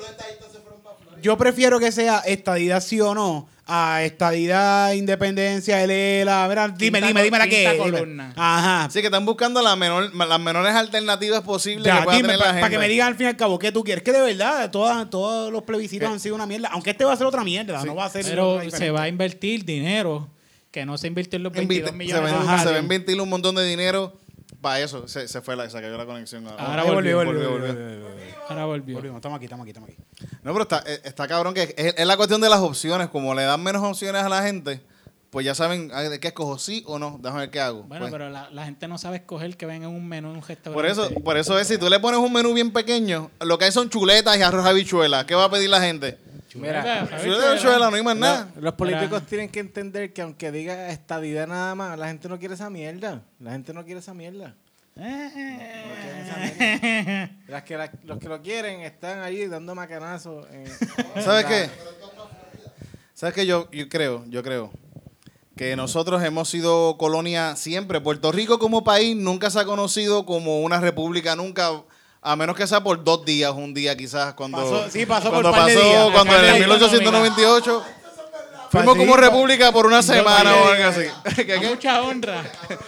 Speaker 2: Yo prefiero que sea estadidad sí o no a estadidad, independencia, LLA. Mira, dime,
Speaker 4: Quinta
Speaker 2: dime,
Speaker 4: col-
Speaker 2: dime la que
Speaker 4: quinta
Speaker 2: es. dime.
Speaker 4: columna.
Speaker 2: Ajá.
Speaker 3: Así que están buscando la menor, las menores alternativas posibles que
Speaker 2: Ya,
Speaker 3: pueda
Speaker 2: dime,
Speaker 3: tener la
Speaker 2: para
Speaker 3: gente.
Speaker 2: que me digan al fin y al cabo qué tú quieres. Que de verdad, todas, todos los plebiscitos han sido una mierda. Aunque este va a ser otra mierda, no va a ser. otra
Speaker 4: Pero se
Speaker 2: diferente.
Speaker 4: va a invertir dinero que no se invirtió en los 22
Speaker 3: Invite- se
Speaker 4: millones de
Speaker 3: ven-
Speaker 2: Ajá,
Speaker 3: se
Speaker 2: sí.
Speaker 3: va a invertir un montón de dinero para eso. Se, se fue la, se cayó la conexión.
Speaker 4: Ahora
Speaker 2: Ahí
Speaker 4: volvió,
Speaker 3: volvió,
Speaker 4: Ahora volvió.
Speaker 2: Volvimos, estamos aquí, estamos aquí, estamos aquí.
Speaker 3: No, pero está, eh, está cabrón que es, es la cuestión de las opciones. Como le dan menos opciones a la gente, pues ya saben ah, de qué escojo, sí o no. Déjame ver qué hago.
Speaker 4: Bueno,
Speaker 3: Pues,
Speaker 4: pero la, la gente no sabe escoger que ven en un menú en un restaurante.
Speaker 3: por eso, por eso es, si tú le pones un menú bien pequeño, lo que hay son chuletas y arroz habichuela. ¿Qué va a pedir la gente?
Speaker 5: Mira,
Speaker 4: Habichuela.
Speaker 3: Chuletas y habichuela, no hay más nada.
Speaker 5: lo- los políticos
Speaker 4: Mira.
Speaker 5: tienen que entender que aunque diga estadidad nada más, la gente no quiere esa mierda. La gente no quiere esa mierda. No quieren esa mierda.
Speaker 4: Eh.
Speaker 5: Las que la- los que lo quieren están ahí dando macanazos. en-
Speaker 3: ¿Sabes
Speaker 5: en
Speaker 3: qué?
Speaker 5: la-
Speaker 3: ¿Sabes qué? Yo, yo creo, yo creo que nosotros hemos sido colonia siempre. Puerto Rico como país nunca se ha conocido como una república, nunca, a menos que sea por dos días, un día quizás, cuando
Speaker 2: Pasó- sí, pasó por
Speaker 3: cuando
Speaker 2: par de
Speaker 3: pasó,
Speaker 2: días.
Speaker 3: cuando
Speaker 2: Par
Speaker 3: en
Speaker 2: de
Speaker 3: el
Speaker 2: días,
Speaker 3: 1898 fuimos
Speaker 2: Facilita.
Speaker 3: como república por una semana o algo así. ¿Qué,
Speaker 4: A
Speaker 3: qué?
Speaker 4: mucha honra.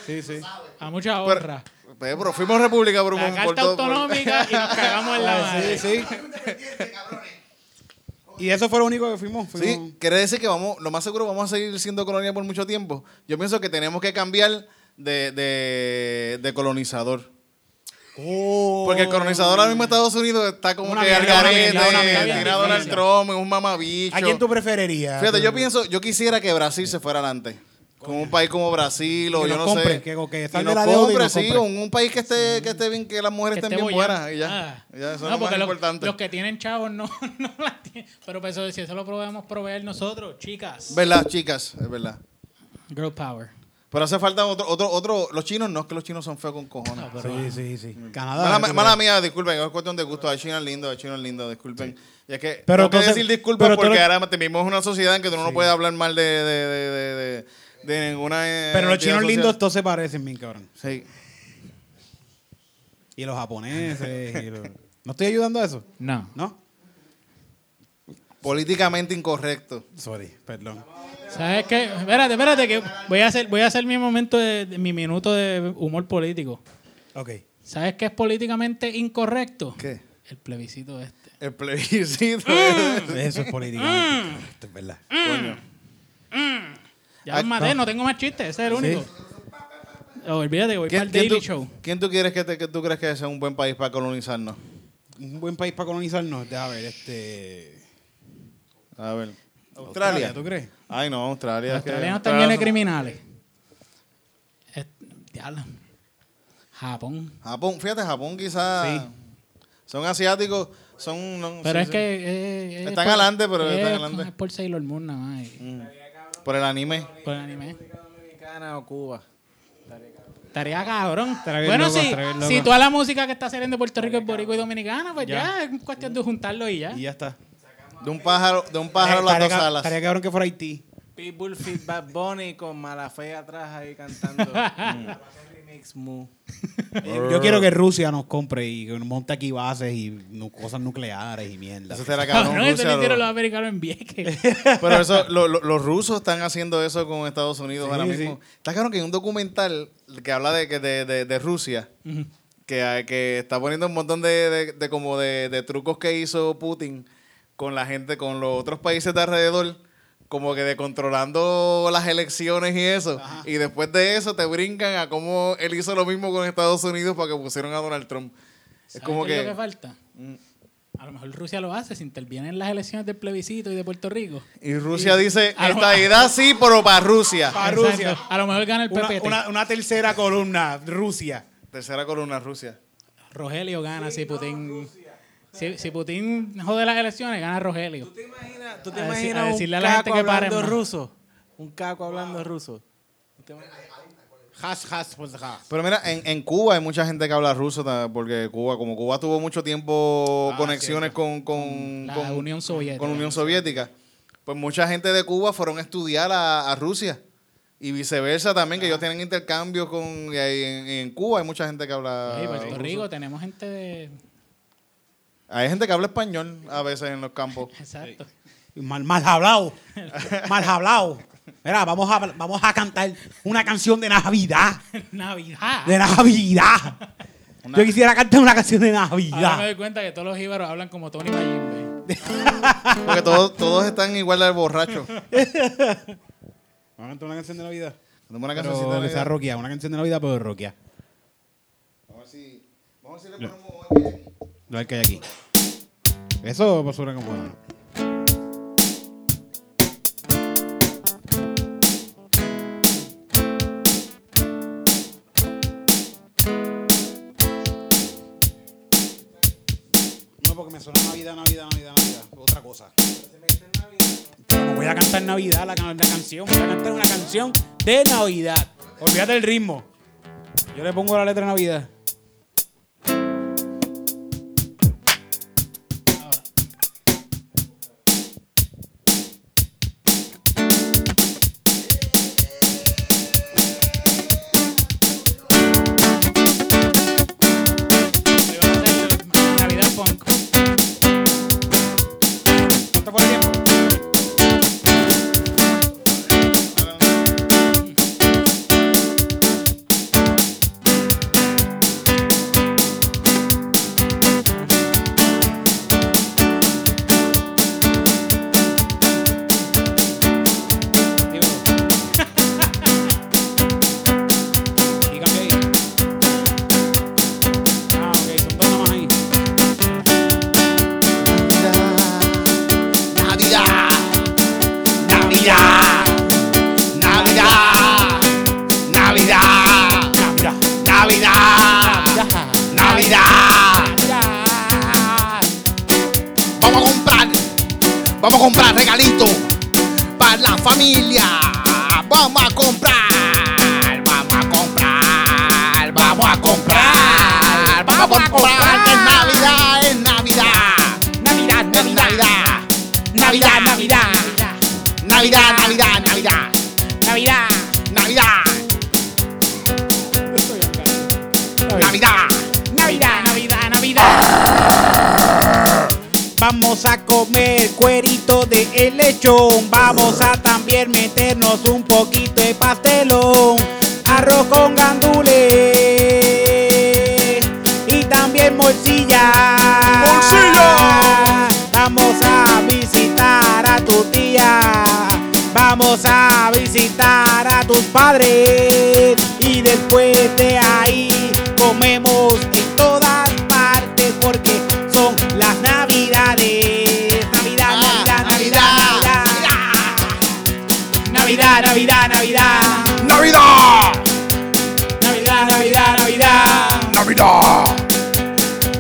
Speaker 2: Sí, sí.
Speaker 4: A mucha honra.
Speaker 3: Pues, pero fuimos república por un
Speaker 4: La
Speaker 3: por
Speaker 4: carta
Speaker 3: todo- por-
Speaker 4: autonómica y nos cagamos
Speaker 3: Ah,
Speaker 4: en la madre.
Speaker 2: Sí, sí. Y eso fue lo único que fuimos. fuimos-
Speaker 3: Sí, quiere decir que vamos, lo más seguro vamos a seguir siendo colonia por mucho tiempo. Yo pienso que tenemos que cambiar de, de- de colonizador.
Speaker 2: Oh.
Speaker 3: Porque el colonizador ahora mismo en Estados Unidos está como
Speaker 2: Una
Speaker 3: que
Speaker 2: mierda,
Speaker 3: al
Speaker 2: una
Speaker 3: garete,
Speaker 2: mierda, una mierda.
Speaker 3: tira a Donald Trump, es un mamabicho.
Speaker 2: ¿A quién tú preferirías?
Speaker 3: Fíjate, yo
Speaker 2: Tú-
Speaker 3: pienso, yo quisiera que Brasil se fuera adelante. Como un país como Brasil o
Speaker 2: Que
Speaker 3: yo
Speaker 2: nos
Speaker 3: no
Speaker 2: compre,
Speaker 3: sé.
Speaker 2: que- que
Speaker 3: Y
Speaker 2: salga
Speaker 3: nos
Speaker 2: la deuda y
Speaker 3: compre,
Speaker 2: nos
Speaker 3: sí,
Speaker 2: compre.
Speaker 3: un, un país que esté, que esté bien, que las mujeres
Speaker 4: Que
Speaker 3: estén
Speaker 4: esté
Speaker 3: bien
Speaker 4: bollante.
Speaker 3: buenas y ya.
Speaker 4: Ah.
Speaker 3: Ya, eso
Speaker 4: no,
Speaker 3: es lo más
Speaker 4: porque lo-
Speaker 3: importante.
Speaker 4: los que tienen chavos no, no la tienen. Pero pues, eso, si eso lo podemos proveer nosotros, chicas.
Speaker 3: ¿Verdad, chicas? Es verdad.
Speaker 4: Girl power.
Speaker 3: Pero hace falta otro, otro, otro. Los chinos no, es que los chinos son feos con cojones.
Speaker 4: No, pero-
Speaker 2: Sí, sí, sí. Canadá.
Speaker 3: Mala, mala mía, disculpen, es cuestión de gusto. Hay chinos lindos, hay chinos lindos, disculpen. Y es que
Speaker 2: Pero
Speaker 3: tengo que
Speaker 2: entonces-
Speaker 3: decir disculpas
Speaker 2: pero tú
Speaker 3: porque
Speaker 2: lo-
Speaker 3: ahora vivimos en una sociedad en que tú no puedes hablar mal de, de, de, de, de- de ninguna. eh,
Speaker 2: Pero los
Speaker 3: entidad
Speaker 2: chinos
Speaker 3: social.
Speaker 2: lindos todos se parecen bien, cabrón.
Speaker 3: Sí.
Speaker 2: Y los japoneses. y los- ¿No estoy ayudando a eso?
Speaker 4: No.
Speaker 2: ¿No?
Speaker 3: Políticamente incorrecto.
Speaker 2: Sorry, perdón.
Speaker 4: ¿Sabes qué? Espérate, espérate, que voy a hacer, voy a hacer mi momento, de, de- mi minuto de humor político.
Speaker 2: Ok.
Speaker 4: ¿Sabes qué es políticamente incorrecto?
Speaker 3: ¿Qué?
Speaker 4: El plebiscito este.
Speaker 3: El plebiscito.
Speaker 4: Mm,
Speaker 2: Eso es políticamente
Speaker 3: Mm.
Speaker 2: correcto, es verdad.
Speaker 3: Coño.
Speaker 4: Ya los maté, no tengo más chistes, ese es el único. Oh, olvídate, voy para el Daily
Speaker 3: tú,
Speaker 4: Show.
Speaker 3: quién tú quieres que, te- que tú crees que sea un buen país para colonizarnos?
Speaker 2: Un buen país para colonizarnos. Deja ver, este.
Speaker 3: A ver. Australia.
Speaker 2: ¿Tú crees?
Speaker 3: Ay, no, Australia.
Speaker 4: Los
Speaker 3: es que-
Speaker 4: australianos están llenos de
Speaker 3: Australia-
Speaker 4: criminales. Es- Eh, diablo. Japón.
Speaker 3: Japón, fíjate, Japón quizás.
Speaker 2: Sí.
Speaker 3: Son asiáticos, son. no,
Speaker 4: Pero
Speaker 3: sí,
Speaker 4: es
Speaker 3: sí.
Speaker 4: que. eh, eh,
Speaker 3: Están
Speaker 4: por-
Speaker 3: adelante, pero
Speaker 4: eh,
Speaker 3: están adelante.
Speaker 4: Es por Sailor Moon nada más. eh. y-
Speaker 3: Mm. Por el anime.
Speaker 4: Por el anime.
Speaker 5: República Dominicana o Cuba.
Speaker 4: Estaría cabrón.
Speaker 2: Estaría bien
Speaker 4: bueno,
Speaker 2: loco,
Speaker 4: si,
Speaker 2: estaría bien loco.
Speaker 4: si toda la música que está saliendo de Puerto Rico es boricua y dominicana, pues ya, es cuestión de juntarlo y ya.
Speaker 2: Y ya está.
Speaker 3: De un pájaro, de un pájaro
Speaker 4: Eh,
Speaker 3: las dos
Speaker 2: Eh, Estaría-
Speaker 3: alas.
Speaker 2: Estaría cabrón que fuera Haití.
Speaker 5: People Feed Bad Bunny con mala fe atrás ahí
Speaker 4: Mm.
Speaker 5: cantando. Remix Mu.
Speaker 2: Eh, Yo quiero que Rusia nos compre y que nos monte aquí bases y nu- cosas nucleares y mierda.
Speaker 3: Eso será cabrón,
Speaker 4: Cabrón, eso
Speaker 3: Rusia,
Speaker 4: le hicieron
Speaker 3: bro.
Speaker 4: los americanos en Vieques.
Speaker 3: Pero eso, lo- lo- los rusos están haciendo eso con Estados Unidos ahora
Speaker 2: sí.
Speaker 3: mismo. Está claro que hay un documental que habla de, que de, de- de Rusia, ah, que, que está poniendo un montón de, de- de como de, de trucos que hizo Putin con la gente, con los otros países de alrededor, como que de controlando las elecciones y eso. Y después de eso te brincan a cómo él hizo lo mismo con Estados Unidos para que pusieron a Donald Trump. Es
Speaker 4: ¿Sabes
Speaker 3: como
Speaker 4: qué
Speaker 3: que- Mm.
Speaker 4: es lo que falta? A lo mejor Rusia lo hace, se interviene en las elecciones del plebiscito y de Puerto Rico.
Speaker 3: Y Rusia dice,
Speaker 4: A lo-
Speaker 3: estadidad sí, pero para Ah, Rusia.
Speaker 2: Pa' Rusia.
Speaker 4: Exacto. A lo mejor gana el
Speaker 2: Una,
Speaker 4: PPT.
Speaker 2: una- una tercera columna, Rusia.
Speaker 3: Tercera columna, Rusia.
Speaker 4: Rogelio gana si Putin. Si, si Putin jode las elecciones, gana Rogelio.
Speaker 6: ¿Tú te imaginas, tú te
Speaker 4: A deci-
Speaker 6: imaginas
Speaker 4: a
Speaker 6: un
Speaker 4: decirle a la
Speaker 6: caco
Speaker 4: gente que paren
Speaker 6: hablando
Speaker 4: más.
Speaker 6: ruso? Un caco hablando ruso.
Speaker 2: Has, has, pues, has.
Speaker 3: Pero mira, en, en Cuba hay mucha gente que habla ruso ta- porque Cuba, como Cuba tuvo mucho tiempo
Speaker 2: Ah,
Speaker 3: conexiones
Speaker 2: cierto.
Speaker 3: con, con,
Speaker 4: La
Speaker 3: con-
Speaker 4: Unión Soviética.
Speaker 3: con Unión Soviética, pues mucha gente de Cuba fueron a estudiar a, a Rusia y viceversa también, que ellos tienen intercambios con... Y ahí en, en Cuba hay mucha gente que habla...
Speaker 4: Oye, Puerto
Speaker 3: ruso.
Speaker 4: Rico tenemos gente de.
Speaker 3: Hay gente que habla español a veces en los campos.
Speaker 4: Exacto.
Speaker 2: Mal, mal hablado. mal hablado. Mira, vamos a, vamos a cantar una canción de Navidad.
Speaker 4: Navidad.
Speaker 2: De Navidad.
Speaker 3: Una-
Speaker 2: Yo quisiera cantar una canción de
Speaker 4: Ahora me
Speaker 2: Navidad.
Speaker 4: doy cuenta que todos los íbaros hablan como Tony Mayimbe.
Speaker 3: Porque todos, todos están igual al borracho.
Speaker 2: Vamos a cantar una canción de Navidad.
Speaker 3: Tenemos una cancioncita
Speaker 2: Pero
Speaker 3: de
Speaker 2: que sea
Speaker 3: Navidad.
Speaker 2: roqueada, una canción de Navidad, pero roqueada.
Speaker 3: Vamos a ver si- vamos a ver si le ponemos aquí.
Speaker 2: Lo que hay aquí. Eso basura como. No, porque me suena Navidad, Navidad, Navidad, Navidad. Otra cosa. Pero no voy a cantar Navidad, la, can- la canción. Voy a cantar una canción de Navidad. Olvídate del ritmo. Yo le pongo la letra de Navidad.
Speaker 4: Hoy vamos a hacer Navidad Punk.
Speaker 2: ¿Cuánto fue el tiempo? Ah, Digo. Y cambia ahí. Ah, ok, son dos nomás ahí.
Speaker 6: Navidad, Navidad, Navidad, Navidad,
Speaker 2: Mira,
Speaker 6: Navidad, Navidad. Vamos a comprar, vamos a comprar regalitos para la familia. Vamos a comprar, vamos a comprar, vamos a comprar, vamos a comprar. Que Navidad es Navidad.
Speaker 2: Navidad,
Speaker 6: Es Navidad. Navidad, Navidad. Navidad, Navidad, Navidad.
Speaker 2: Navidad.
Speaker 6: Navidad, Navidad.
Speaker 2: Navidad, Navidad, Navidad. Vamos a comer cuerito de el lechón. Vamos a también meternos un poquito de pastelón. Arroz con gandules. Y también morcilla.
Speaker 6: ¡Morcilla!
Speaker 2: Vamos a visitar a tu tía. Vamos a visitar a tus padres. Y después de ahí comemos en todas partes porque son las navidades. Navidad,
Speaker 6: Ah,
Speaker 2: Navidad,
Speaker 6: Navidad.
Speaker 2: Navidad, Navidad, Navidad, Navidad,
Speaker 6: Navidad,
Speaker 2: Navidad, Navidad, Navidad,
Speaker 6: Navidad,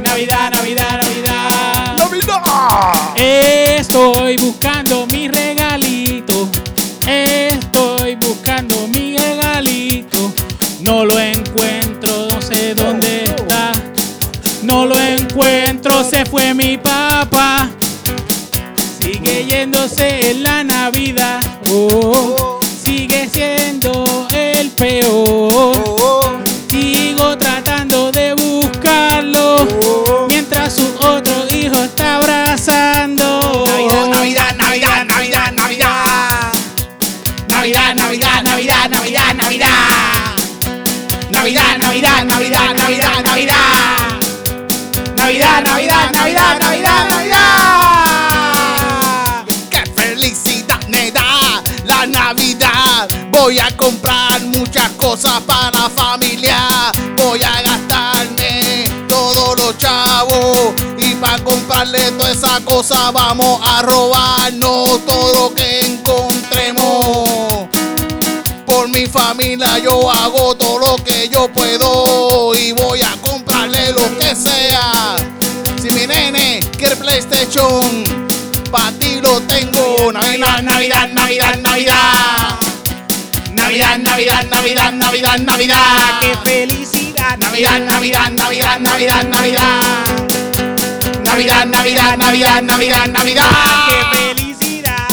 Speaker 2: Navidad, Navidad, Navidad.
Speaker 6: Navidad.
Speaker 4: Estoy buscando mi regalito. Estoy buscando mi regalito. No lo encuentro, no sé dónde está. No lo encuentro, se fue mi papá. Sigue yéndose en la Navidad. Oh, sigue siendo el peor. Sigo tratando de buscarlo mientras su otro hijo está abrazando.
Speaker 6: Navidad, Navidad, Navidad, Navidad. Navidad, Navidad, Navidad, Navidad, Navidad. Navidad, Navidad, Navidad, Navidad, Navidad. Navidad, Navidad, Navidad, Navidad, Navidad. Voy a comprar muchas cosas para la familia. Voy a gastarme todos los chavos. Y para comprarle toda esa cosa vamos a robarnos todo lo que encontremos. Por mi familia yo hago todo lo que yo puedo y voy a comprarle lo que sea. Si mi nene quiere PlayStation, para ti lo tengo. Navidad, Navidad, Navidad, Navidad. Navidad, Navidad, Navidad, Navidad, Navidad.
Speaker 2: ¡Qué felicidad!
Speaker 6: Navidad, Navidad, Navidad, Navidad, Navidad. Navidad, Navidad, Navidad, Navidad, Navidad.
Speaker 2: ¡Qué felicidad!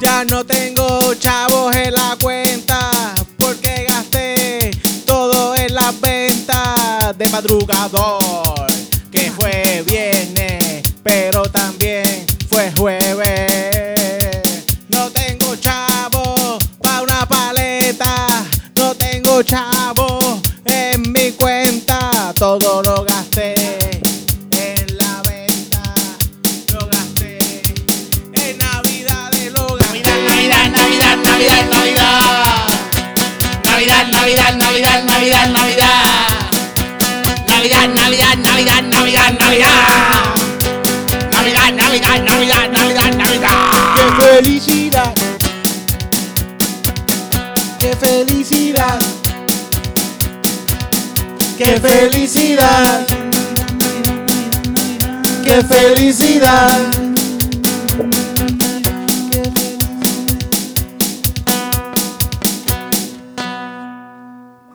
Speaker 5: Ya no tengo chavos en la cuenta porque gasté todo en las ventas de madrugador. Que fue viernes, pero también fue jueves. No tengo chavos para una paleta, no tengo chavos en mi cuenta. Todo lo gasté. en la venta, lo gasté en Navidades, lo gasté.
Speaker 6: Navidad, Navidad, Navidad, Navidad. Navidad, Navidad, Navidad, Navidad, Navidad. Navidad, Navidad, Navidad, Navidad, Navidad. Navidad, Navidad, Navidad, Navidad, Navidad.
Speaker 5: ¡Qué felicidad! ¡Qué felicidad! ¡Qué felicidad! ¡Qué felicidad!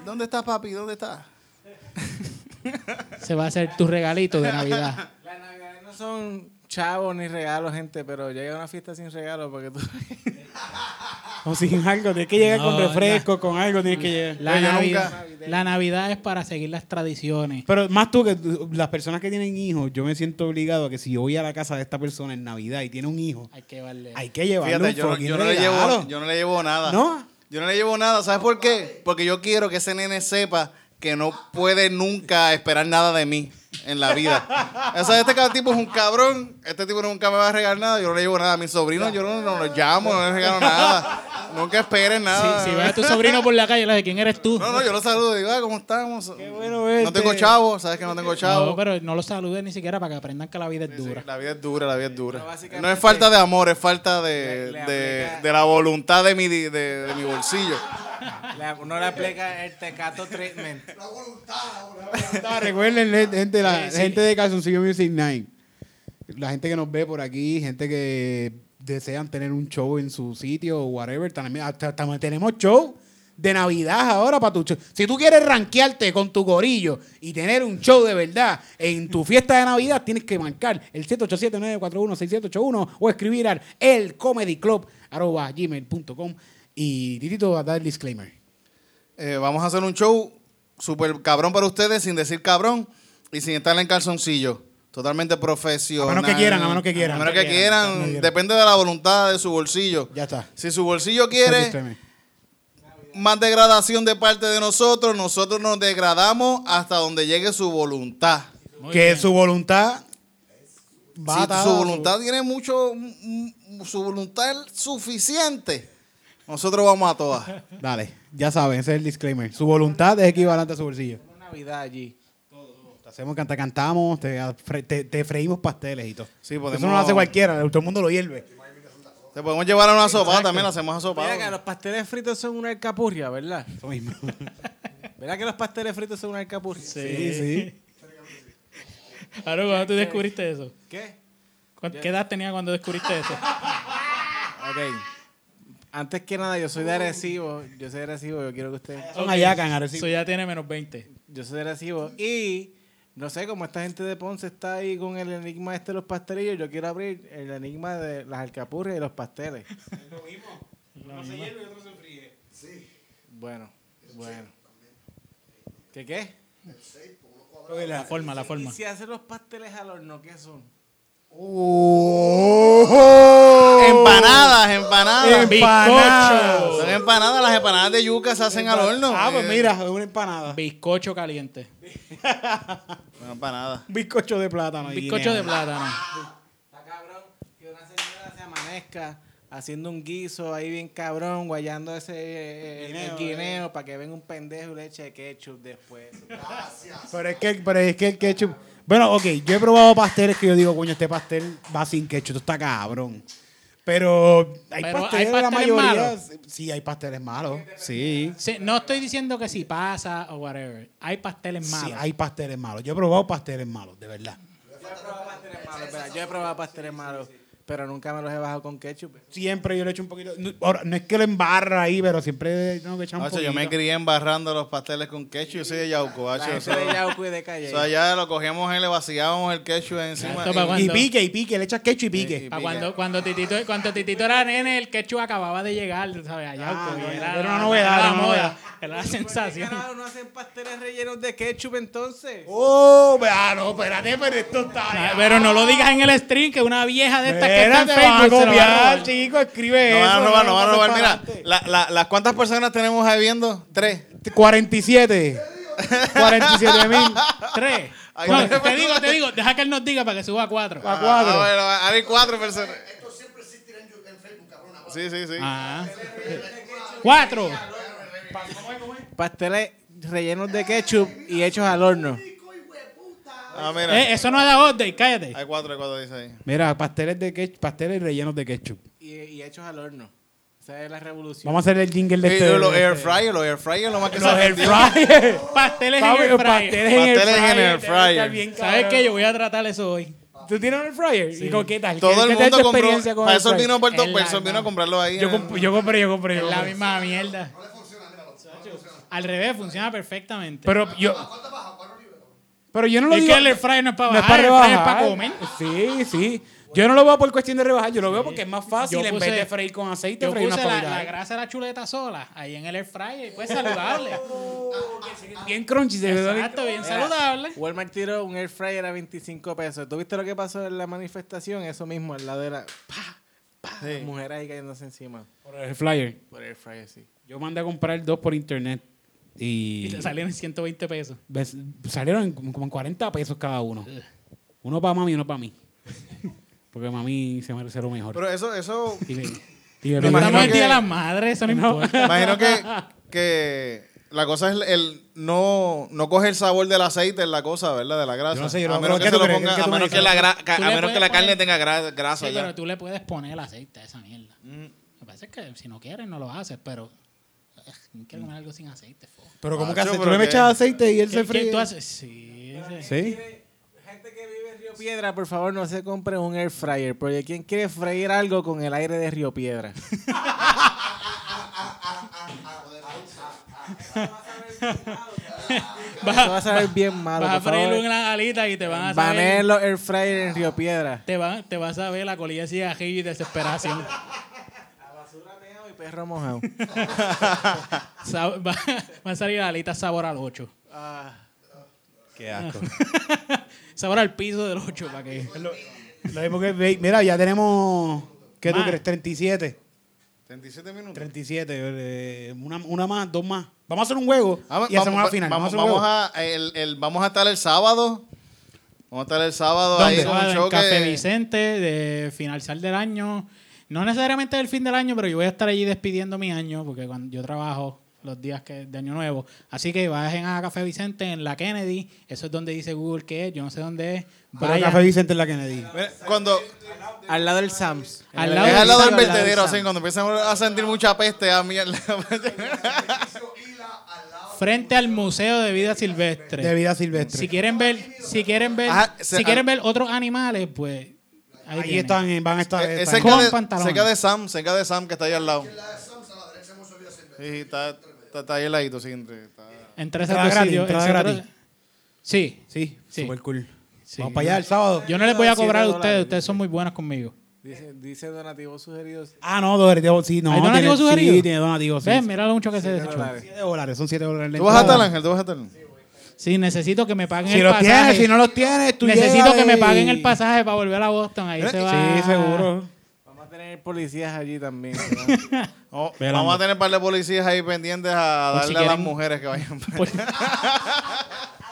Speaker 3: ¿Dónde está papi? ¿Dónde está?
Speaker 4: Se va a hacer tu regalito de Navidad.
Speaker 5: Las navidades no son chavos ni regalos, gente, pero llega una fiesta sin regalos porque tú...
Speaker 2: O sin algo, tienes que llegar
Speaker 4: No,
Speaker 2: con refresco, con algo, tienes que llegar.
Speaker 4: La,
Speaker 3: Yo nunca-
Speaker 4: Navidad, la Navidad es para seguir las tradiciones.
Speaker 2: Pero más tú que tú- las personas que tienen hijos, yo me siento obligado a que si yo voy a la casa de esta persona en Navidad y tiene un hijo,
Speaker 4: Hay que darle.
Speaker 2: hay que llevarle
Speaker 3: Fíjate,
Speaker 2: un
Speaker 3: yo,
Speaker 2: fucking
Speaker 3: yo no le
Speaker 2: regalo.
Speaker 3: llevo, yo no le llevo nada.
Speaker 2: ¿No?
Speaker 3: Yo no le llevo nada. ¿Sabes por qué? Porque yo quiero que ese nene sepa que no puede nunca esperar nada de mí en la vida. O sea, este ca- tipo es un cabrón. Este tipo nunca me va a regalar nada. Yo no le llevo nada a mis sobrinos. Yo no, no los llamo, no les regalo nada. Nunca esperen nada.
Speaker 4: Si, si ves a tu sobrino por la calle, le dices, ¿quién eres tú?
Speaker 3: No, no, yo los saludo. Digo, "Ah, ¿cómo estamos? Qué
Speaker 2: bueno
Speaker 3: No
Speaker 2: verte.
Speaker 3: tengo chavo. ¿Sabes que no tengo
Speaker 4: No,
Speaker 3: chavo?
Speaker 4: pero no lo saludes ni siquiera para que aprendan que la vida es
Speaker 3: Sí,
Speaker 4: dura.
Speaker 3: la vida es dura, la vida es dura.
Speaker 5: básicamente-
Speaker 3: No es falta de amor, es falta de,
Speaker 5: Le- le
Speaker 3: de-
Speaker 5: aplica-
Speaker 3: de la voluntad de mi, di- de- de mi bolsillo.
Speaker 5: no le aplica el tecato treatment.
Speaker 2: Está, Recuerden, le- gente, la
Speaker 4: Sí, sí.
Speaker 2: gente de Calzoncillo Music Night, la gente que nos ve por aquí, gente que desean tener un show en su sitio o whatever, también hasta, hasta tenemos show de Navidad ahora para tu show. Si tú quieres ranquearte con tu gorillo y tener un show de verdad en tu fiesta de Navidad, tienes que marcar el 787-941-6781 o escribir al elcomedyclub.gmail.com y Titito va a dar el disclaimer.
Speaker 3: Eh, vamos a hacer un show super cabrón para ustedes, sin decir cabrón y sin estar en calzoncillo. Totalmente profesional.
Speaker 2: A menos que quieran, a menos que quieran.
Speaker 3: A menos que
Speaker 2: A menos que
Speaker 3: quieran.
Speaker 2: quieran.
Speaker 3: Depende de la voluntad de su bolsillo.
Speaker 2: Ya está.
Speaker 3: Si su bolsillo quiere más degradación de parte de nosotros, nosotros nos degradamos hasta donde llegue su voluntad.
Speaker 4: Muy
Speaker 2: que
Speaker 4: bien.
Speaker 2: su voluntad va
Speaker 3: Si
Speaker 2: atada a
Speaker 3: su voluntad tiene mucho, mm, mm, su voluntad es suficiente, nosotros vamos a todas.
Speaker 2: Dale, ya saben, ese es el disclaimer. Su voluntad es equivalente a su bolsillo.
Speaker 5: Navidad allí.
Speaker 2: Te hacemos canta, cantamos, te, fre- te- te freímos pasteles y todo.
Speaker 3: Sí, podemos-
Speaker 2: Eso no lo hace cualquiera, todo el mundo lo hierve.
Speaker 3: Te podemos llevar a una sopa también, la hacemos a sopa.
Speaker 5: Mira que los pasteles fritos son una alcapurria, ¿verdad?
Speaker 2: Eso mismo.
Speaker 5: ¿Verdad que los pasteles fritos son una alcapurria?
Speaker 2: Sí, sí.
Speaker 4: Claro, cuando tú descubriste eso.
Speaker 5: ¿Qué?
Speaker 4: ¿Cu- ¿Qué edad tenía cuando descubriste eso?
Speaker 5: Ok. Antes que nada, yo soy de Arecibo. Yo soy de Arecibo, yo quiero que ustedes...
Speaker 2: Son
Speaker 4: Ok,
Speaker 2: allá, can, Arecibo.
Speaker 4: Eso ya tiene menos 20.
Speaker 5: Yo soy de Arecibo. Y no sé, como esta gente de Ponce está ahí con el enigma este de los pastelillos, yo quiero abrir el enigma de las alcapurrias y los pasteles. Bueno, bueno. ¿Qué qué?
Speaker 4: La forma, la
Speaker 5: ¿Y
Speaker 4: forma.
Speaker 5: si hacen los pasteles al horno, qué son?
Speaker 3: Empanadas, empanadas.
Speaker 2: Empanadas.
Speaker 3: Son empanadas, las empanadas de yuca se hacen al horno.
Speaker 2: Ah, pues
Speaker 3: Eh,
Speaker 2: mira, es una empanada.
Speaker 4: Bizcocho caliente.
Speaker 3: Una empanada.
Speaker 2: Un bizcocho de plátano.
Speaker 4: Bizcocho de
Speaker 2: guineo.
Speaker 4: plátano.
Speaker 5: Está cabrón que una señora se amanezca haciendo un guiso ahí bien cabrón, guayando ese eh, el guineo,
Speaker 2: Guineo,
Speaker 5: para que venga un pendejo y le eche ketchup después.
Speaker 2: Pero es que, pero es que el ketchup. Bueno, ok, yo he probado pasteles que yo digo, coño, este pastel va sin ketchup, esto está cabrón. Pero hay
Speaker 4: Pero
Speaker 2: pasteles,
Speaker 4: hay
Speaker 2: la
Speaker 4: pasteles
Speaker 2: mayoría.
Speaker 4: malos.
Speaker 2: Sí, hay pasteles malos. Sí.
Speaker 4: Sí, no estoy diciendo que si pasa o whatever. Hay pasteles malos.
Speaker 2: Sí, hay pasteles malos. Yo he probado pasteles malos, de verdad.
Speaker 5: yo he probado pasteles malos, pero nunca me los he bajado con ketchup.
Speaker 2: Siempre yo le echo un poquito. No, ahora, no es que lo embarra ahí, pero siempre tengo que echar un
Speaker 3: Hacho,
Speaker 2: poquito.
Speaker 3: yo me crié embarrando los pasteles con ketchup. Yo soy de Yauco, hacho.
Speaker 5: Eso
Speaker 3: Eso,
Speaker 5: de Yauco y de Calle.
Speaker 3: eso allá lo cogíamos y le vaciábamos el ketchup encima.
Speaker 4: Esto pa'
Speaker 3: y-
Speaker 4: cuando-
Speaker 2: Y pique, y pique, le echas ketchup y pique.
Speaker 3: y-
Speaker 4: Pa' cuando, cuando, titito, cuando Titito era nene, el ketchup acababa de llegar, tú ¿sabes? Allá,
Speaker 2: Ah,
Speaker 4: porque
Speaker 2: no,
Speaker 4: era,
Speaker 2: era una novedad,
Speaker 4: era
Speaker 2: era
Speaker 4: la
Speaker 2: una
Speaker 4: moda,
Speaker 2: novedad.
Speaker 4: era la
Speaker 5: ¿Por qué
Speaker 4: sensación.
Speaker 5: carajo no hacen pasteles rellenos de ketchup entonces?
Speaker 2: Oh, pero- ah, no, espérate, pero esto está.
Speaker 4: Ah, Pero no lo digas en el stream, que una vieja de estas que está
Speaker 2: Espérate,
Speaker 4: en
Speaker 2: te van a
Speaker 4: Facebook se lo va a robar.
Speaker 2: copiar, chico, escribe
Speaker 3: No
Speaker 2: eso.
Speaker 3: van a robar, no van a robar. Mira,
Speaker 2: disparate.
Speaker 3: la- la- las cuántas personas tenemos ahí viendo? Tres.
Speaker 2: 47. 47 mil.
Speaker 4: Tres.
Speaker 3: Ahí
Speaker 4: No,
Speaker 3: va.
Speaker 4: te digo, te digo, deja que él nos diga para que suba a cuatro.
Speaker 2: A cuatro.
Speaker 3: Ah, bueno, hay cuatro personas. Sí, sí, sí.
Speaker 4: Ah. Cuatro.
Speaker 5: Pasteles rellenos de ketchup y hechos al horno.
Speaker 3: Ah, mira.
Speaker 4: Eh, eso no ha dado update, cállate.
Speaker 3: Hay cuatro, hay cuatro, dice ahí.
Speaker 2: Mira, pasteles de ketchup, pasteles rellenos de ketchup.
Speaker 5: Y, y hechos al horno. Esa es la revolución.
Speaker 2: Vamos a hacer el jingle de
Speaker 3: Y
Speaker 2: este.
Speaker 3: los
Speaker 2: de
Speaker 3: air
Speaker 2: este-
Speaker 3: fryer, los air fryer, lo más que
Speaker 2: Los
Speaker 3: se
Speaker 2: air
Speaker 3: vendió.
Speaker 2: fryer.
Speaker 4: Pasteles en
Speaker 2: Papi,
Speaker 4: el
Speaker 2: los
Speaker 4: fryer.
Speaker 2: Pasteles en air
Speaker 3: Pasteles en
Speaker 2: fryer.
Speaker 3: air
Speaker 2: debe estar
Speaker 3: fryer.
Speaker 2: bien
Speaker 4: ¿Sabes
Speaker 2: cabrón.
Speaker 4: qué? Yo voy a tratar eso hoy.
Speaker 2: ¿Tú tienes un air fryer? ¿Y con qué tal?
Speaker 3: Todo
Speaker 2: ¿Qué-
Speaker 3: el
Speaker 2: qué tal
Speaker 3: mundo
Speaker 2: tu experiencia
Speaker 3: compró.
Speaker 2: con
Speaker 3: Para
Speaker 2: air
Speaker 3: eso
Speaker 2: fryer?
Speaker 3: vino, Puerto,
Speaker 4: En
Speaker 3: para eso
Speaker 4: la-
Speaker 3: vino a comprarlo ahí.
Speaker 2: Yo,
Speaker 3: eh.
Speaker 2: comp- yo compré, yo compré. yo
Speaker 4: Es la
Speaker 2: compré.
Speaker 4: misma mierda. Al revés, funciona perfectamente.
Speaker 2: Pero yo. Pero yo no lo
Speaker 4: y
Speaker 2: digo.
Speaker 4: que el air fryer no es para
Speaker 2: No es
Speaker 4: bajar,
Speaker 2: para
Speaker 4: el air fryer es
Speaker 2: rebajar.
Speaker 4: para comer.
Speaker 2: Sí, sí. Yo no lo veo por cuestión de rebajar, yo lo veo porque es más fácil
Speaker 4: Yo
Speaker 2: en
Speaker 4: puse-
Speaker 2: vez de freír con aceite,
Speaker 4: Yo
Speaker 2: freír una
Speaker 4: puse la, la
Speaker 2: paella.
Speaker 4: grasa de la chuleta sola ahí en el air fryer. Pues saludable.
Speaker 2: Bien crunchy, se ve bien-
Speaker 4: Exacto, bien saludable.
Speaker 5: Walmart tiró un air fryer a 25 pesos. ¿Tú viste lo que pasó en la manifestación? Eso mismo, al lado de la... ¡Pa! ¡Pa! Las mujeres ahí cayéndose encima.
Speaker 2: Por el flyer.
Speaker 5: Por air fryer, sí.
Speaker 2: Yo mandé a comprar dos por internet
Speaker 4: Y
Speaker 2: y
Speaker 4: te salieron en 120 pesos.
Speaker 2: ves- salieron en- como en 40 pesos cada uno. Uno para mami y uno para mí. Porque mami se merece lo mejor.
Speaker 3: Pero eso, eso.
Speaker 2: Y le- y le-
Speaker 3: Me imagino
Speaker 4: Estamos el día
Speaker 3: que-
Speaker 4: de las madres, eso no importa.
Speaker 3: Imagino que, que la cosa es el, el no, no coge el sabor del aceite en la cosa, ¿verdad? De la grasa.
Speaker 2: Yo no sé, yo no-
Speaker 3: a menos
Speaker 2: ¿qué
Speaker 3: que
Speaker 2: tú
Speaker 3: se lo
Speaker 2: crees?
Speaker 3: ponga,
Speaker 2: ¿Qué
Speaker 3: a
Speaker 2: tú me
Speaker 3: menos que
Speaker 2: dices?
Speaker 3: la, gra- ca-
Speaker 4: Tú
Speaker 3: a
Speaker 4: le
Speaker 3: menos que la
Speaker 4: puedes
Speaker 3: carne
Speaker 4: poner-
Speaker 3: tenga gra- grasa
Speaker 4: Sí,
Speaker 3: ya. Mm.
Speaker 4: pero tú le puedes poner el aceite a esa mierda. Lo que pasa es que si no quieres, no lo haces, pero. eh, Quiero comer algo sin aceite. fo.
Speaker 2: Pero como que
Speaker 3: Macho,
Speaker 2: hace, tú
Speaker 3: pero
Speaker 2: le me
Speaker 3: qué-
Speaker 2: echas aceite y él
Speaker 4: ¿Qué,
Speaker 2: se
Speaker 4: qué
Speaker 2: fríe.
Speaker 4: tú haces? Sí. sí.
Speaker 2: Sí.
Speaker 5: Gente que vive en Río Piedra, por favor, no se compre un air fryer, porque ¿quién quiere freír algo con el aire de Río Piedra? Eso va a
Speaker 4: Vas,
Speaker 5: saber bien malo,
Speaker 4: vas a
Speaker 5: por
Speaker 4: freírlo
Speaker 5: favor.
Speaker 4: en la alita y te van a saber.
Speaker 5: Baneen los air fryer en Río Piedra.
Speaker 4: Te, van- te vas a ver la colilla así de ajillo y desesperación.
Speaker 5: y perro mojado.
Speaker 4: Sab- va, va a salir la alita sabor al 8.
Speaker 2: Qué asco.
Speaker 4: Sabor al piso del 8. Para que...
Speaker 2: Lo mismo que ve- mira, ya tenemos ¿qué tú
Speaker 4: Más.
Speaker 2: crees? 37.
Speaker 3: 37 minutos.
Speaker 2: 37, eh, una, una más, dos más. Vamos a hacer un juego
Speaker 3: Ah, va-
Speaker 2: y hacemos la final.
Speaker 3: Vamos,
Speaker 2: a hacer un
Speaker 3: vamos
Speaker 2: juego.
Speaker 3: a, el, el- vamos a estar el sábado. Vamos a estar el sábado ahí con
Speaker 2: Ah,
Speaker 3: un
Speaker 4: Sábado en
Speaker 3: show
Speaker 4: Ah, Café
Speaker 3: que-
Speaker 4: Vicente, de finalizar del año. No necesariamente del fin del año, pero yo voy a estar allí despidiendo mi año, porque cuando yo trabajo los días que, de Año Nuevo. Así que bajen a Café Vicente en la Kennedy. Eso es donde dice Google que es. Yo no sé dónde es.
Speaker 2: Pero
Speaker 4: Vayan.
Speaker 2: Café Vicente es la Kennedy.
Speaker 3: Mira, cuando
Speaker 5: Al lado del Sams.
Speaker 4: Al
Speaker 3: es al lado del
Speaker 5: Sams,
Speaker 3: vertedero,
Speaker 5: Sams.
Speaker 3: así, cuando empiezan a sentir mucha peste, a mierda.
Speaker 4: frente al Museo de Vida Silvestre.
Speaker 2: De vida silvestre. ah.
Speaker 4: Si quieren ver, si quieren ver,
Speaker 3: Ajá, se-
Speaker 4: si quieren ver otros animales, pues ahí,
Speaker 2: Ahí
Speaker 4: tienen.
Speaker 2: están, eh, van a estar.
Speaker 3: Eh,
Speaker 2: están-
Speaker 3: cerca,
Speaker 4: Con
Speaker 3: de,
Speaker 4: pantalones.
Speaker 3: cerca de Sam, cerca de Sam que está ahí al lado. Sí, está, está, está ahí al ladito, sí. entre- está-
Speaker 4: Entre esos
Speaker 2: Entrada
Speaker 4: dos
Speaker 2: gratis,
Speaker 4: sitios,
Speaker 2: entrada
Speaker 4: entre otros-
Speaker 2: gratis.
Speaker 4: Sí.
Speaker 2: Sí,
Speaker 4: Sí.
Speaker 2: super cool.
Speaker 4: Sí.
Speaker 2: Vamos para allá el sábado.
Speaker 4: Yo no les voy a cobrar a
Speaker 5: $7
Speaker 4: ustedes, ustedes son muy buenos conmigo.
Speaker 5: Dice, dice donativos sugeridos.
Speaker 2: Ah, no, donativo, sí, no.
Speaker 4: ¿Hay donativo
Speaker 2: tiene,
Speaker 4: sugerido?
Speaker 2: Sí, tiene donativo, sí.
Speaker 4: ¿Ves? Mira lo mucho que se desechó.
Speaker 5: dólares.
Speaker 2: 7 dólares, son 7 dólares. la
Speaker 3: ¿Tú vas a estar,
Speaker 2: entrada.
Speaker 3: Ángel? ¿Tú vas a estar?
Speaker 4: Sí, necesito que me paguen
Speaker 2: Si
Speaker 4: el
Speaker 2: los
Speaker 4: pasaje.
Speaker 2: tienes, si no los tienes, tú
Speaker 4: necesito
Speaker 2: llegas
Speaker 4: que me
Speaker 2: y- Eh,
Speaker 4: paguen el pasaje para volver a Boston. Ahí se va.
Speaker 2: Sí, seguro.
Speaker 5: Vamos a tener policías allí también.
Speaker 3: Oh,
Speaker 2: Vela,
Speaker 3: vamos a
Speaker 2: hombre.
Speaker 3: tener un par de policías ahí pendientes a
Speaker 4: Por
Speaker 3: darle
Speaker 4: si
Speaker 3: a las
Speaker 4: quieren-
Speaker 3: mujeres que vayan.
Speaker 4: Por-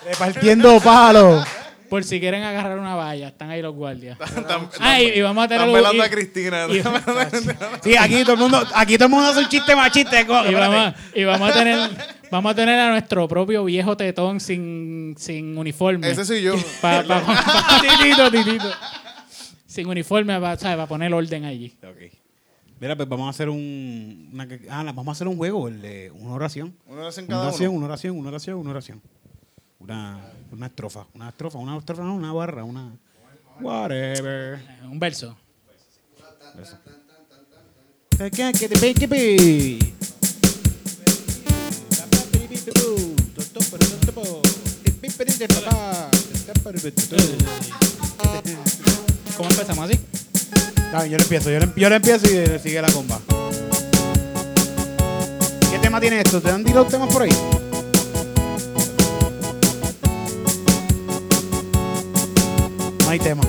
Speaker 2: Repartiendo palos.
Speaker 4: Por si quieren agarrar una valla, están ahí los guardias.
Speaker 3: Están-
Speaker 4: Ah, y- y vamos a tener
Speaker 3: están
Speaker 4: un-
Speaker 3: velando
Speaker 4: y-
Speaker 3: a Cristina.
Speaker 4: y-
Speaker 2: Sí, aquí todo el mundo, aquí todo el mundo hace un chiste machista. co-
Speaker 4: Y
Speaker 2: espérate.
Speaker 4: vamos, a- y vamos a tener vamos a tener a nuestro propio viejo tetón sin, sin uniforme.
Speaker 3: Ese soy yo.
Speaker 4: Pa- pa- pa- titito, titito. Sin uniforme, para poner orden allí.
Speaker 2: Mira, pues vamos a hacer un, una, ah, la- vamos a hacer un juego, el de una oración.
Speaker 3: Uno lo hacen
Speaker 2: Una
Speaker 3: cada
Speaker 2: oración,
Speaker 3: uno.
Speaker 2: una oración, una oración, una oración. Una, una estrofa, una estrofa, una estrofa, no, una barra, una... Whatever.
Speaker 4: Eh, Un verso. ¿Cómo empezamos así?
Speaker 2: Está bien, yo lo empiezo, yo lo, yo lo empiezo y le sigue la comba. ¿Qué tema tiene esto? ¿Te han dicho los temas por ahí? No hay tema.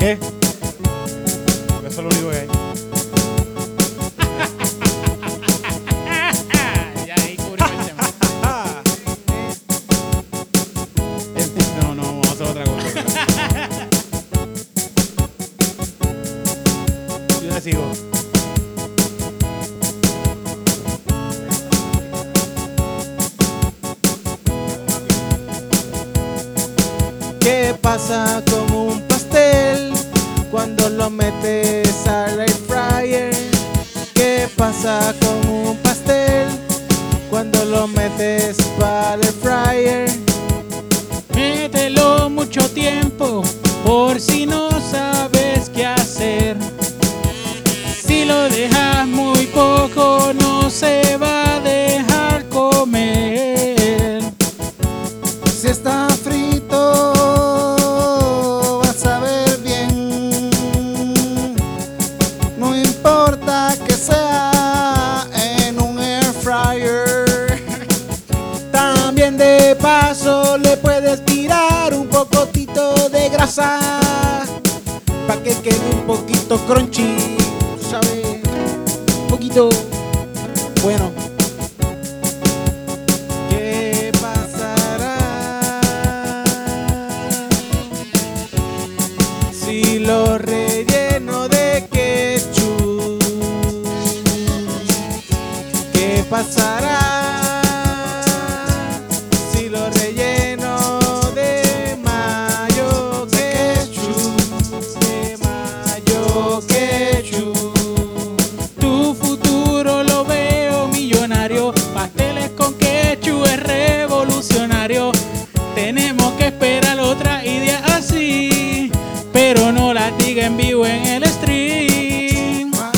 Speaker 2: ¿Qué? Porque eso es lo único que hay.
Speaker 4: ya ahí cubrimos el tema.
Speaker 2: No, no, vamos a hacer otra cosa. Yo le sigo.
Speaker 5: ¿Qué pasa con un pastel cuando lo metes al air fryer? ¿Qué pasa con un pastel cuando lo metes para el fryer?
Speaker 4: Mételo mucho tiempo por si no sabes qué hacer. Si lo dejas muy poco no se va a dejar comer.
Speaker 1: Si está frito, vas a ver bien. No importa que sea en un air fryer.
Speaker 5: También de paso le puedes tirar un pocotito de grasa para que quede un poquito crunchy, tú ¿sabes? Un poquito bueno. ¿Qué pasará si lo relleno de ketchup? ¿Qué pasará si lo relleno de mayo ketchup? De mayo ketchup.
Speaker 4: Tu futuro lo veo millonario. Pasteles con ketchup es revolucionario. Tenemos que esperar otra idea así. Pero no la diga en vivo en el stream.
Speaker 1: Pa-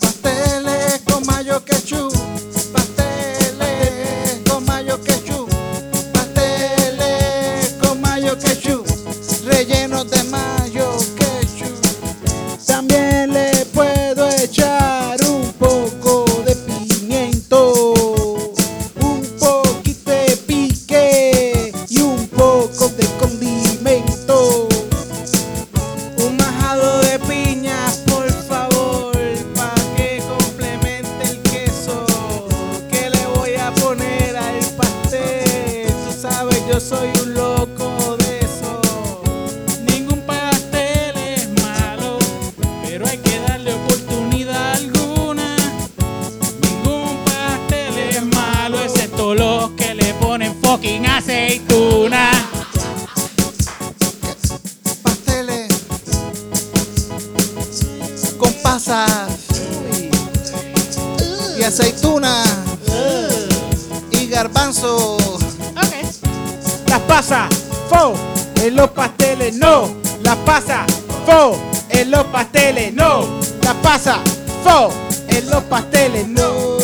Speaker 1: Pasteles con mayo ketchup, pasteles con mayo ketchup, pasteles con mayo ketchup, rellenos de mayo ketchup.
Speaker 5: También le puedo echar un poco de pimiento, un poquito de pique y un poco de condimento. Un majado de piñas, por favor, para que complemente el queso que le voy a poner al pastel. Tú sabes, yo soy un loco de eso.
Speaker 4: Ningún pastel es malo, pero hay que darle oportunidad alguna. Ningún pastel es malo, excepto los que le ponen fucking aceituna.
Speaker 1: Pasteles con pasas y aceitunas y garbanzos.
Speaker 5: Las pasas, fo, en los pasteles no. Las pasas, fo, en los pasteles no. Las pasas, fo, en los pasteles no.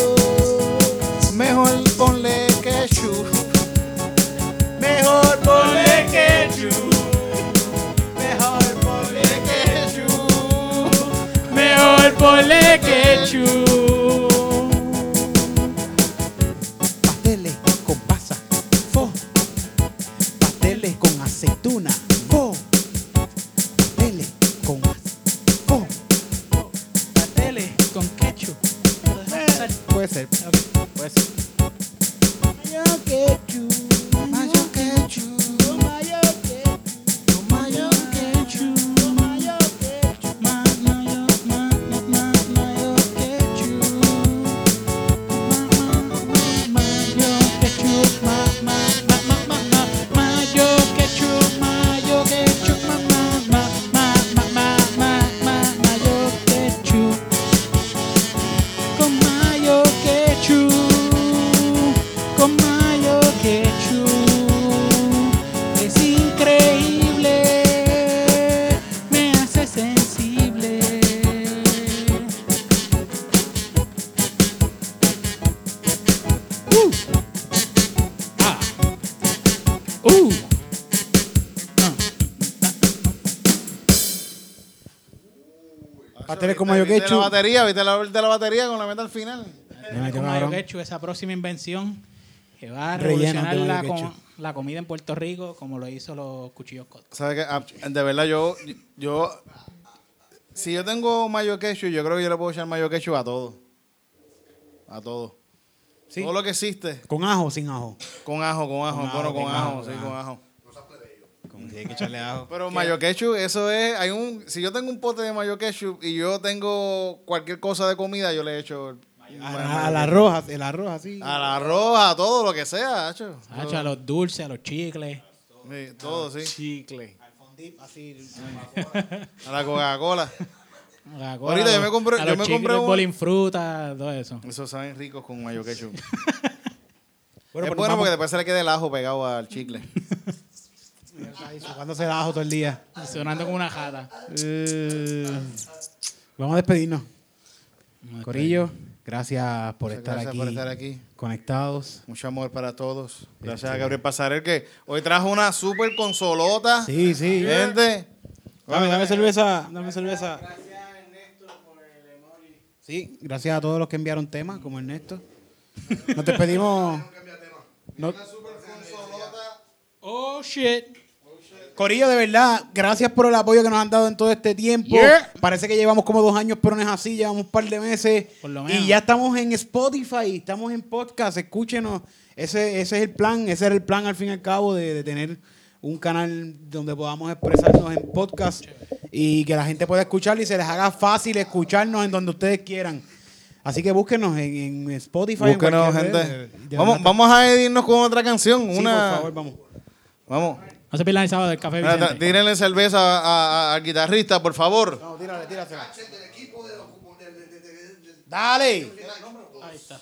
Speaker 1: Mejor ponle ketchup.
Speaker 5: Mejor ponle ketchup. Mejor ponle ketchup.
Speaker 4: Mejor ponle ketchup.
Speaker 2: Pasteles con pasa, fo. Pasteles con aceituna, fo. Pasteles con fo.
Speaker 4: Pasteles con ketchup.
Speaker 2: Puede ser, puede ser. Mayo Quechu, Mayo Quechu, Mayo Quechu, Mayo Quechu, Mayo Quechu, Ma- Mayo, ma- ma- ma- Mayo Quechu, Ma- ma- ma- Mayo Quechu, Ma- ma- ma- ma- ma- ma- Mayo Quechu, Mayo Quechu, Ma- ma- ma- ma- ma- ma- ma- ma- Mayo Quechu, con Mayo Quechu con mayo quechu. Es increíble, me hace sensible. Uh. Ah. Uh. Pasteles con
Speaker 3: Viste-
Speaker 2: mayo
Speaker 3: viste
Speaker 2: quechu.
Speaker 3: la batería, viste la, viste la batería con la meta al final.
Speaker 2: Me metió,
Speaker 4: Con
Speaker 2: cabrón.
Speaker 4: Mayo Quechu, esa próxima invención que va a
Speaker 2: Relleno de
Speaker 4: revolucionar la,
Speaker 2: Mayo
Speaker 4: com-
Speaker 2: Quechu.
Speaker 4: la comida en Puerto Rico como lo hizo los cuchillos Costco.
Speaker 3: ¿Sabes qué? Ah, De verdad, yo, yo. Si yo tengo mayo quechu, yo creo que yo le puedo echar mayo quechu a todo. A todo.
Speaker 2: Sí.
Speaker 3: Todo lo que existe.
Speaker 2: ¿Con ajo o sin ajo?
Speaker 3: Con ajo, con ajo.
Speaker 2: Con
Speaker 3: bueno,
Speaker 2: ajo,
Speaker 3: con,
Speaker 2: con
Speaker 3: ajo,
Speaker 2: ajo,
Speaker 3: sí,
Speaker 2: con ajo.
Speaker 3: con ajo.
Speaker 2: Como tiene que echarle ajo.
Speaker 3: Pero mayo quechu, eso es. Hay un, si yo tengo un pote de mayo quechu y yo tengo cualquier cosa de comida, yo le echo el,
Speaker 2: A, la roja, el arroz así.
Speaker 3: al arroz, a todo lo que sea, hacho.
Speaker 2: Ah,
Speaker 4: Hacho, a los dulces, a los chicles.
Speaker 3: Sí, todo, sí.
Speaker 5: Chicle.
Speaker 3: A la Coca-Cola.
Speaker 4: Ahorita
Speaker 3: Ahorita yo me compré- yo me compré un-
Speaker 4: bolín fruta, todo eso.
Speaker 3: Esos saben ricos con mayo quechu.
Speaker 2: Bueno,
Speaker 3: es
Speaker 2: pues
Speaker 3: bueno
Speaker 2: nos
Speaker 3: porque después se le queda el ajo pegado al chicle.
Speaker 2: vamos ahí sujándose el ajo todo el día.
Speaker 4: Sonando como una jata.
Speaker 2: Eh, vamos a despedirnos. Corillo, gracias por,
Speaker 3: Muchas
Speaker 2: estar,
Speaker 3: gracias
Speaker 2: aquí
Speaker 3: por estar aquí.
Speaker 2: Conectados.
Speaker 3: Mucho amor para todos. Gracias
Speaker 2: Este,
Speaker 3: a Gabriel Pasarel que hoy trajo una super consolota.
Speaker 2: Sí, sí.
Speaker 3: Gente.
Speaker 2: Dame, dame cerveza, dame cerveza. Gracias Ernesto por el emoji. Sí, gracias a todos los que enviaron temas, como Ernesto. Nos despedimos. No-
Speaker 4: Oh, shit.
Speaker 2: Corillo, de verdad, gracias por el apoyo que nos han dado en todo este tiempo.
Speaker 4: Yeah.
Speaker 2: Parece que llevamos como dos años, pero no es así, llevamos un par de meses.
Speaker 4: Por lo
Speaker 2: Y
Speaker 4: menos.
Speaker 2: ya estamos en Spotify, estamos en podcast, escúchenos. Ese, ese es el plan, ese era el plan al fin y al cabo de, de tener un canal donde podamos expresarnos en podcast y que la gente pueda escuchar y se les haga fácil escucharnos en donde ustedes quieran. Así que búsquenos en, en Spotify. en
Speaker 3: Búsquenos,
Speaker 2: cualquier red.
Speaker 3: gente.
Speaker 2: De- de
Speaker 3: Vamos,
Speaker 2: verdad,
Speaker 3: vamos a irnos con otra canción.
Speaker 2: sí,
Speaker 3: una.
Speaker 2: por favor, vamos.
Speaker 3: Vamos.
Speaker 4: No se pierdan el sábado del café
Speaker 3: Mira,
Speaker 4: Vicente.
Speaker 3: tra- tírenle cerveza a- a- al guitarrista, por favor.
Speaker 2: No, tírale, tírasela. Dale.
Speaker 4: Ahí está.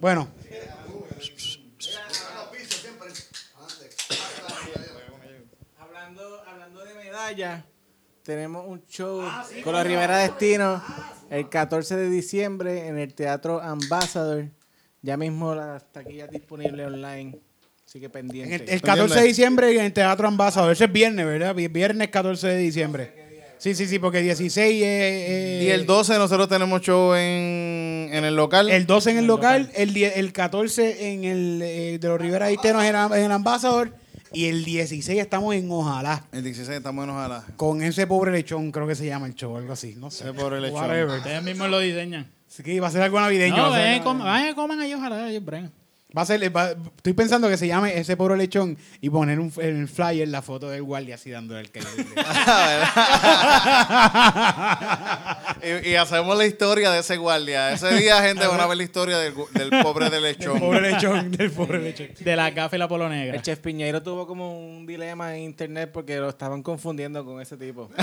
Speaker 2: Bueno.
Speaker 5: Hablando, hablando de medallas, tenemos un show con los Rivera Destino el 14 de diciembre en el Teatro Ambassador. Ya mismo las taquillas disponibles online, así que
Speaker 2: En
Speaker 5: pendiente.
Speaker 2: el, el 14 de diciembre en el Teatro Ambassador. Ese es viernes, ¿verdad? Vi- Viernes 14 de diciembre. Sí, sí, sí, porque eh, 16 es... es-
Speaker 3: Y el 12 nosotros tenemos show en, en el local.
Speaker 2: El 12 en el local, el, die- el 14 en el eh, de los Rivera Distenos en, am- en el Ambassador y el 16 estamos en Ojalá.
Speaker 3: El 16 estamos en Ojalá.
Speaker 2: Con ese pobre lechón, creo que se llama el show, algo así, no sé.
Speaker 3: Ese pobre lechón.
Speaker 2: Whatever.
Speaker 4: Ustedes mismos lo diseñan.
Speaker 2: Así que va a ser algo navideño.
Speaker 4: No,
Speaker 2: va a ser-
Speaker 4: vayan y coman- vayan y coman ahí, ojalá ellos bregan.
Speaker 2: Va a ser, va- estoy pensando que se llame ese pobre lechón y poner un, en el flyer la foto del guardia así dándole el que
Speaker 3: Y, y hacemos la historia de ese guardia. Ese día, gente, van a ver la historia del, gu- del pobre de lechón.
Speaker 2: pobre lechón, del pobre lechón.
Speaker 4: De la gafa y la polo negra.
Speaker 5: El Chef Piñeiro tuvo como un dilema en internet porque lo estaban confundiendo con ese tipo.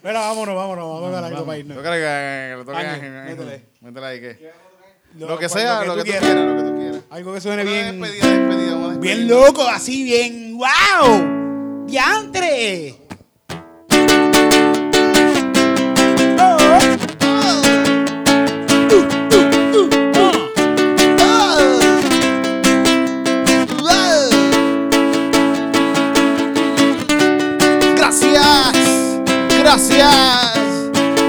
Speaker 2: Mira, vámonos, vámonos, vamos a tocar algo para irnos.
Speaker 3: Tócale, eh, lo toque,
Speaker 2: Ángel,
Speaker 3: eh, eh,
Speaker 2: métele.
Speaker 3: métele ahí, ¿qué? Lo,
Speaker 2: cual-
Speaker 3: que sea, lo que tú quieras. lo que tú quieras.
Speaker 2: Algo que suene
Speaker 3: Una
Speaker 2: bien.
Speaker 3: despedida, despedida, una despedida.
Speaker 2: Bien loco, así bien. ¡Wow! ¡Diantre! Oh.
Speaker 7: Gracias, gracias,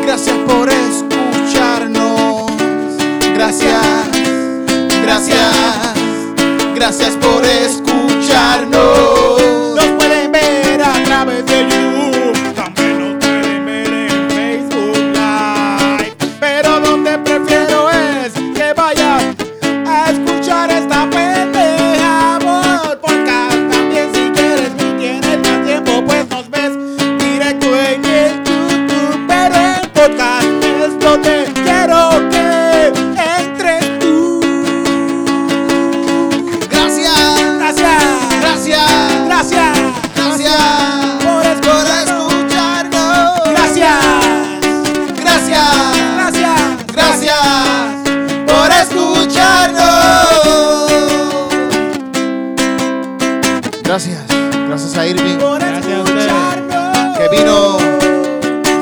Speaker 7: gracias por escucharnos. Gracias, gracias, gracias por escucharnos.
Speaker 2: Nos pueden ver a través de YouTube. También nos pueden ver en Facebook Live. Pero pues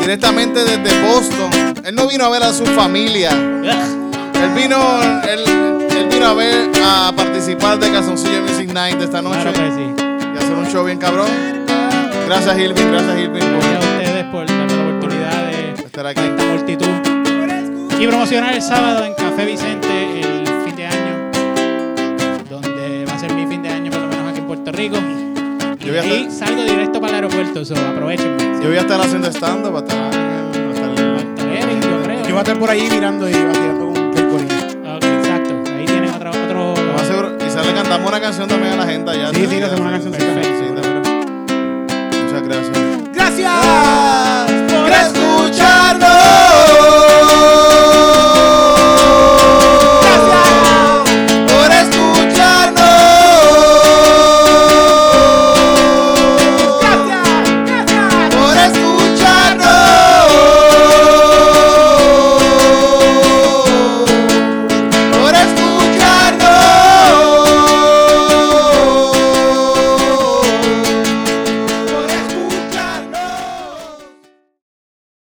Speaker 3: directamente desde Boston. Él no vino a ver a su familia. Él vino, él, él vino a ver, a participar de Calzoncillo Music Night de esta noche.
Speaker 4: Claro que sí.
Speaker 3: Y hacer un show bien cabrón. Gracias, Irving. Gracias, Irving, por
Speaker 4: Gracias a ustedes por darme la oportunidad de
Speaker 3: estar aquí.
Speaker 4: esta multitud. Y promocionar el sábado en Café Vicente el fin de año, donde va a ser mi fin de año, por lo menos aquí en Puerto Rico. Y
Speaker 3: Yo voy a
Speaker 4: de ahí salgo directo para el aeropuerto, so aprovechenme.
Speaker 3: Yo voy a estar haciendo stand-up hasta- hasta
Speaker 4: Para Eric, yo creo.
Speaker 5: Yo voy a estar por ahí mirando y vacilando con percorillo.
Speaker 4: Ok, exacto. Ahí tienen otro. otro
Speaker 3: Lo más seguro, quizás le cantamos una canción también a la gente allá.
Speaker 5: Sí, sí, le hacemos una canción.
Speaker 3: Perfecto.
Speaker 5: Sí,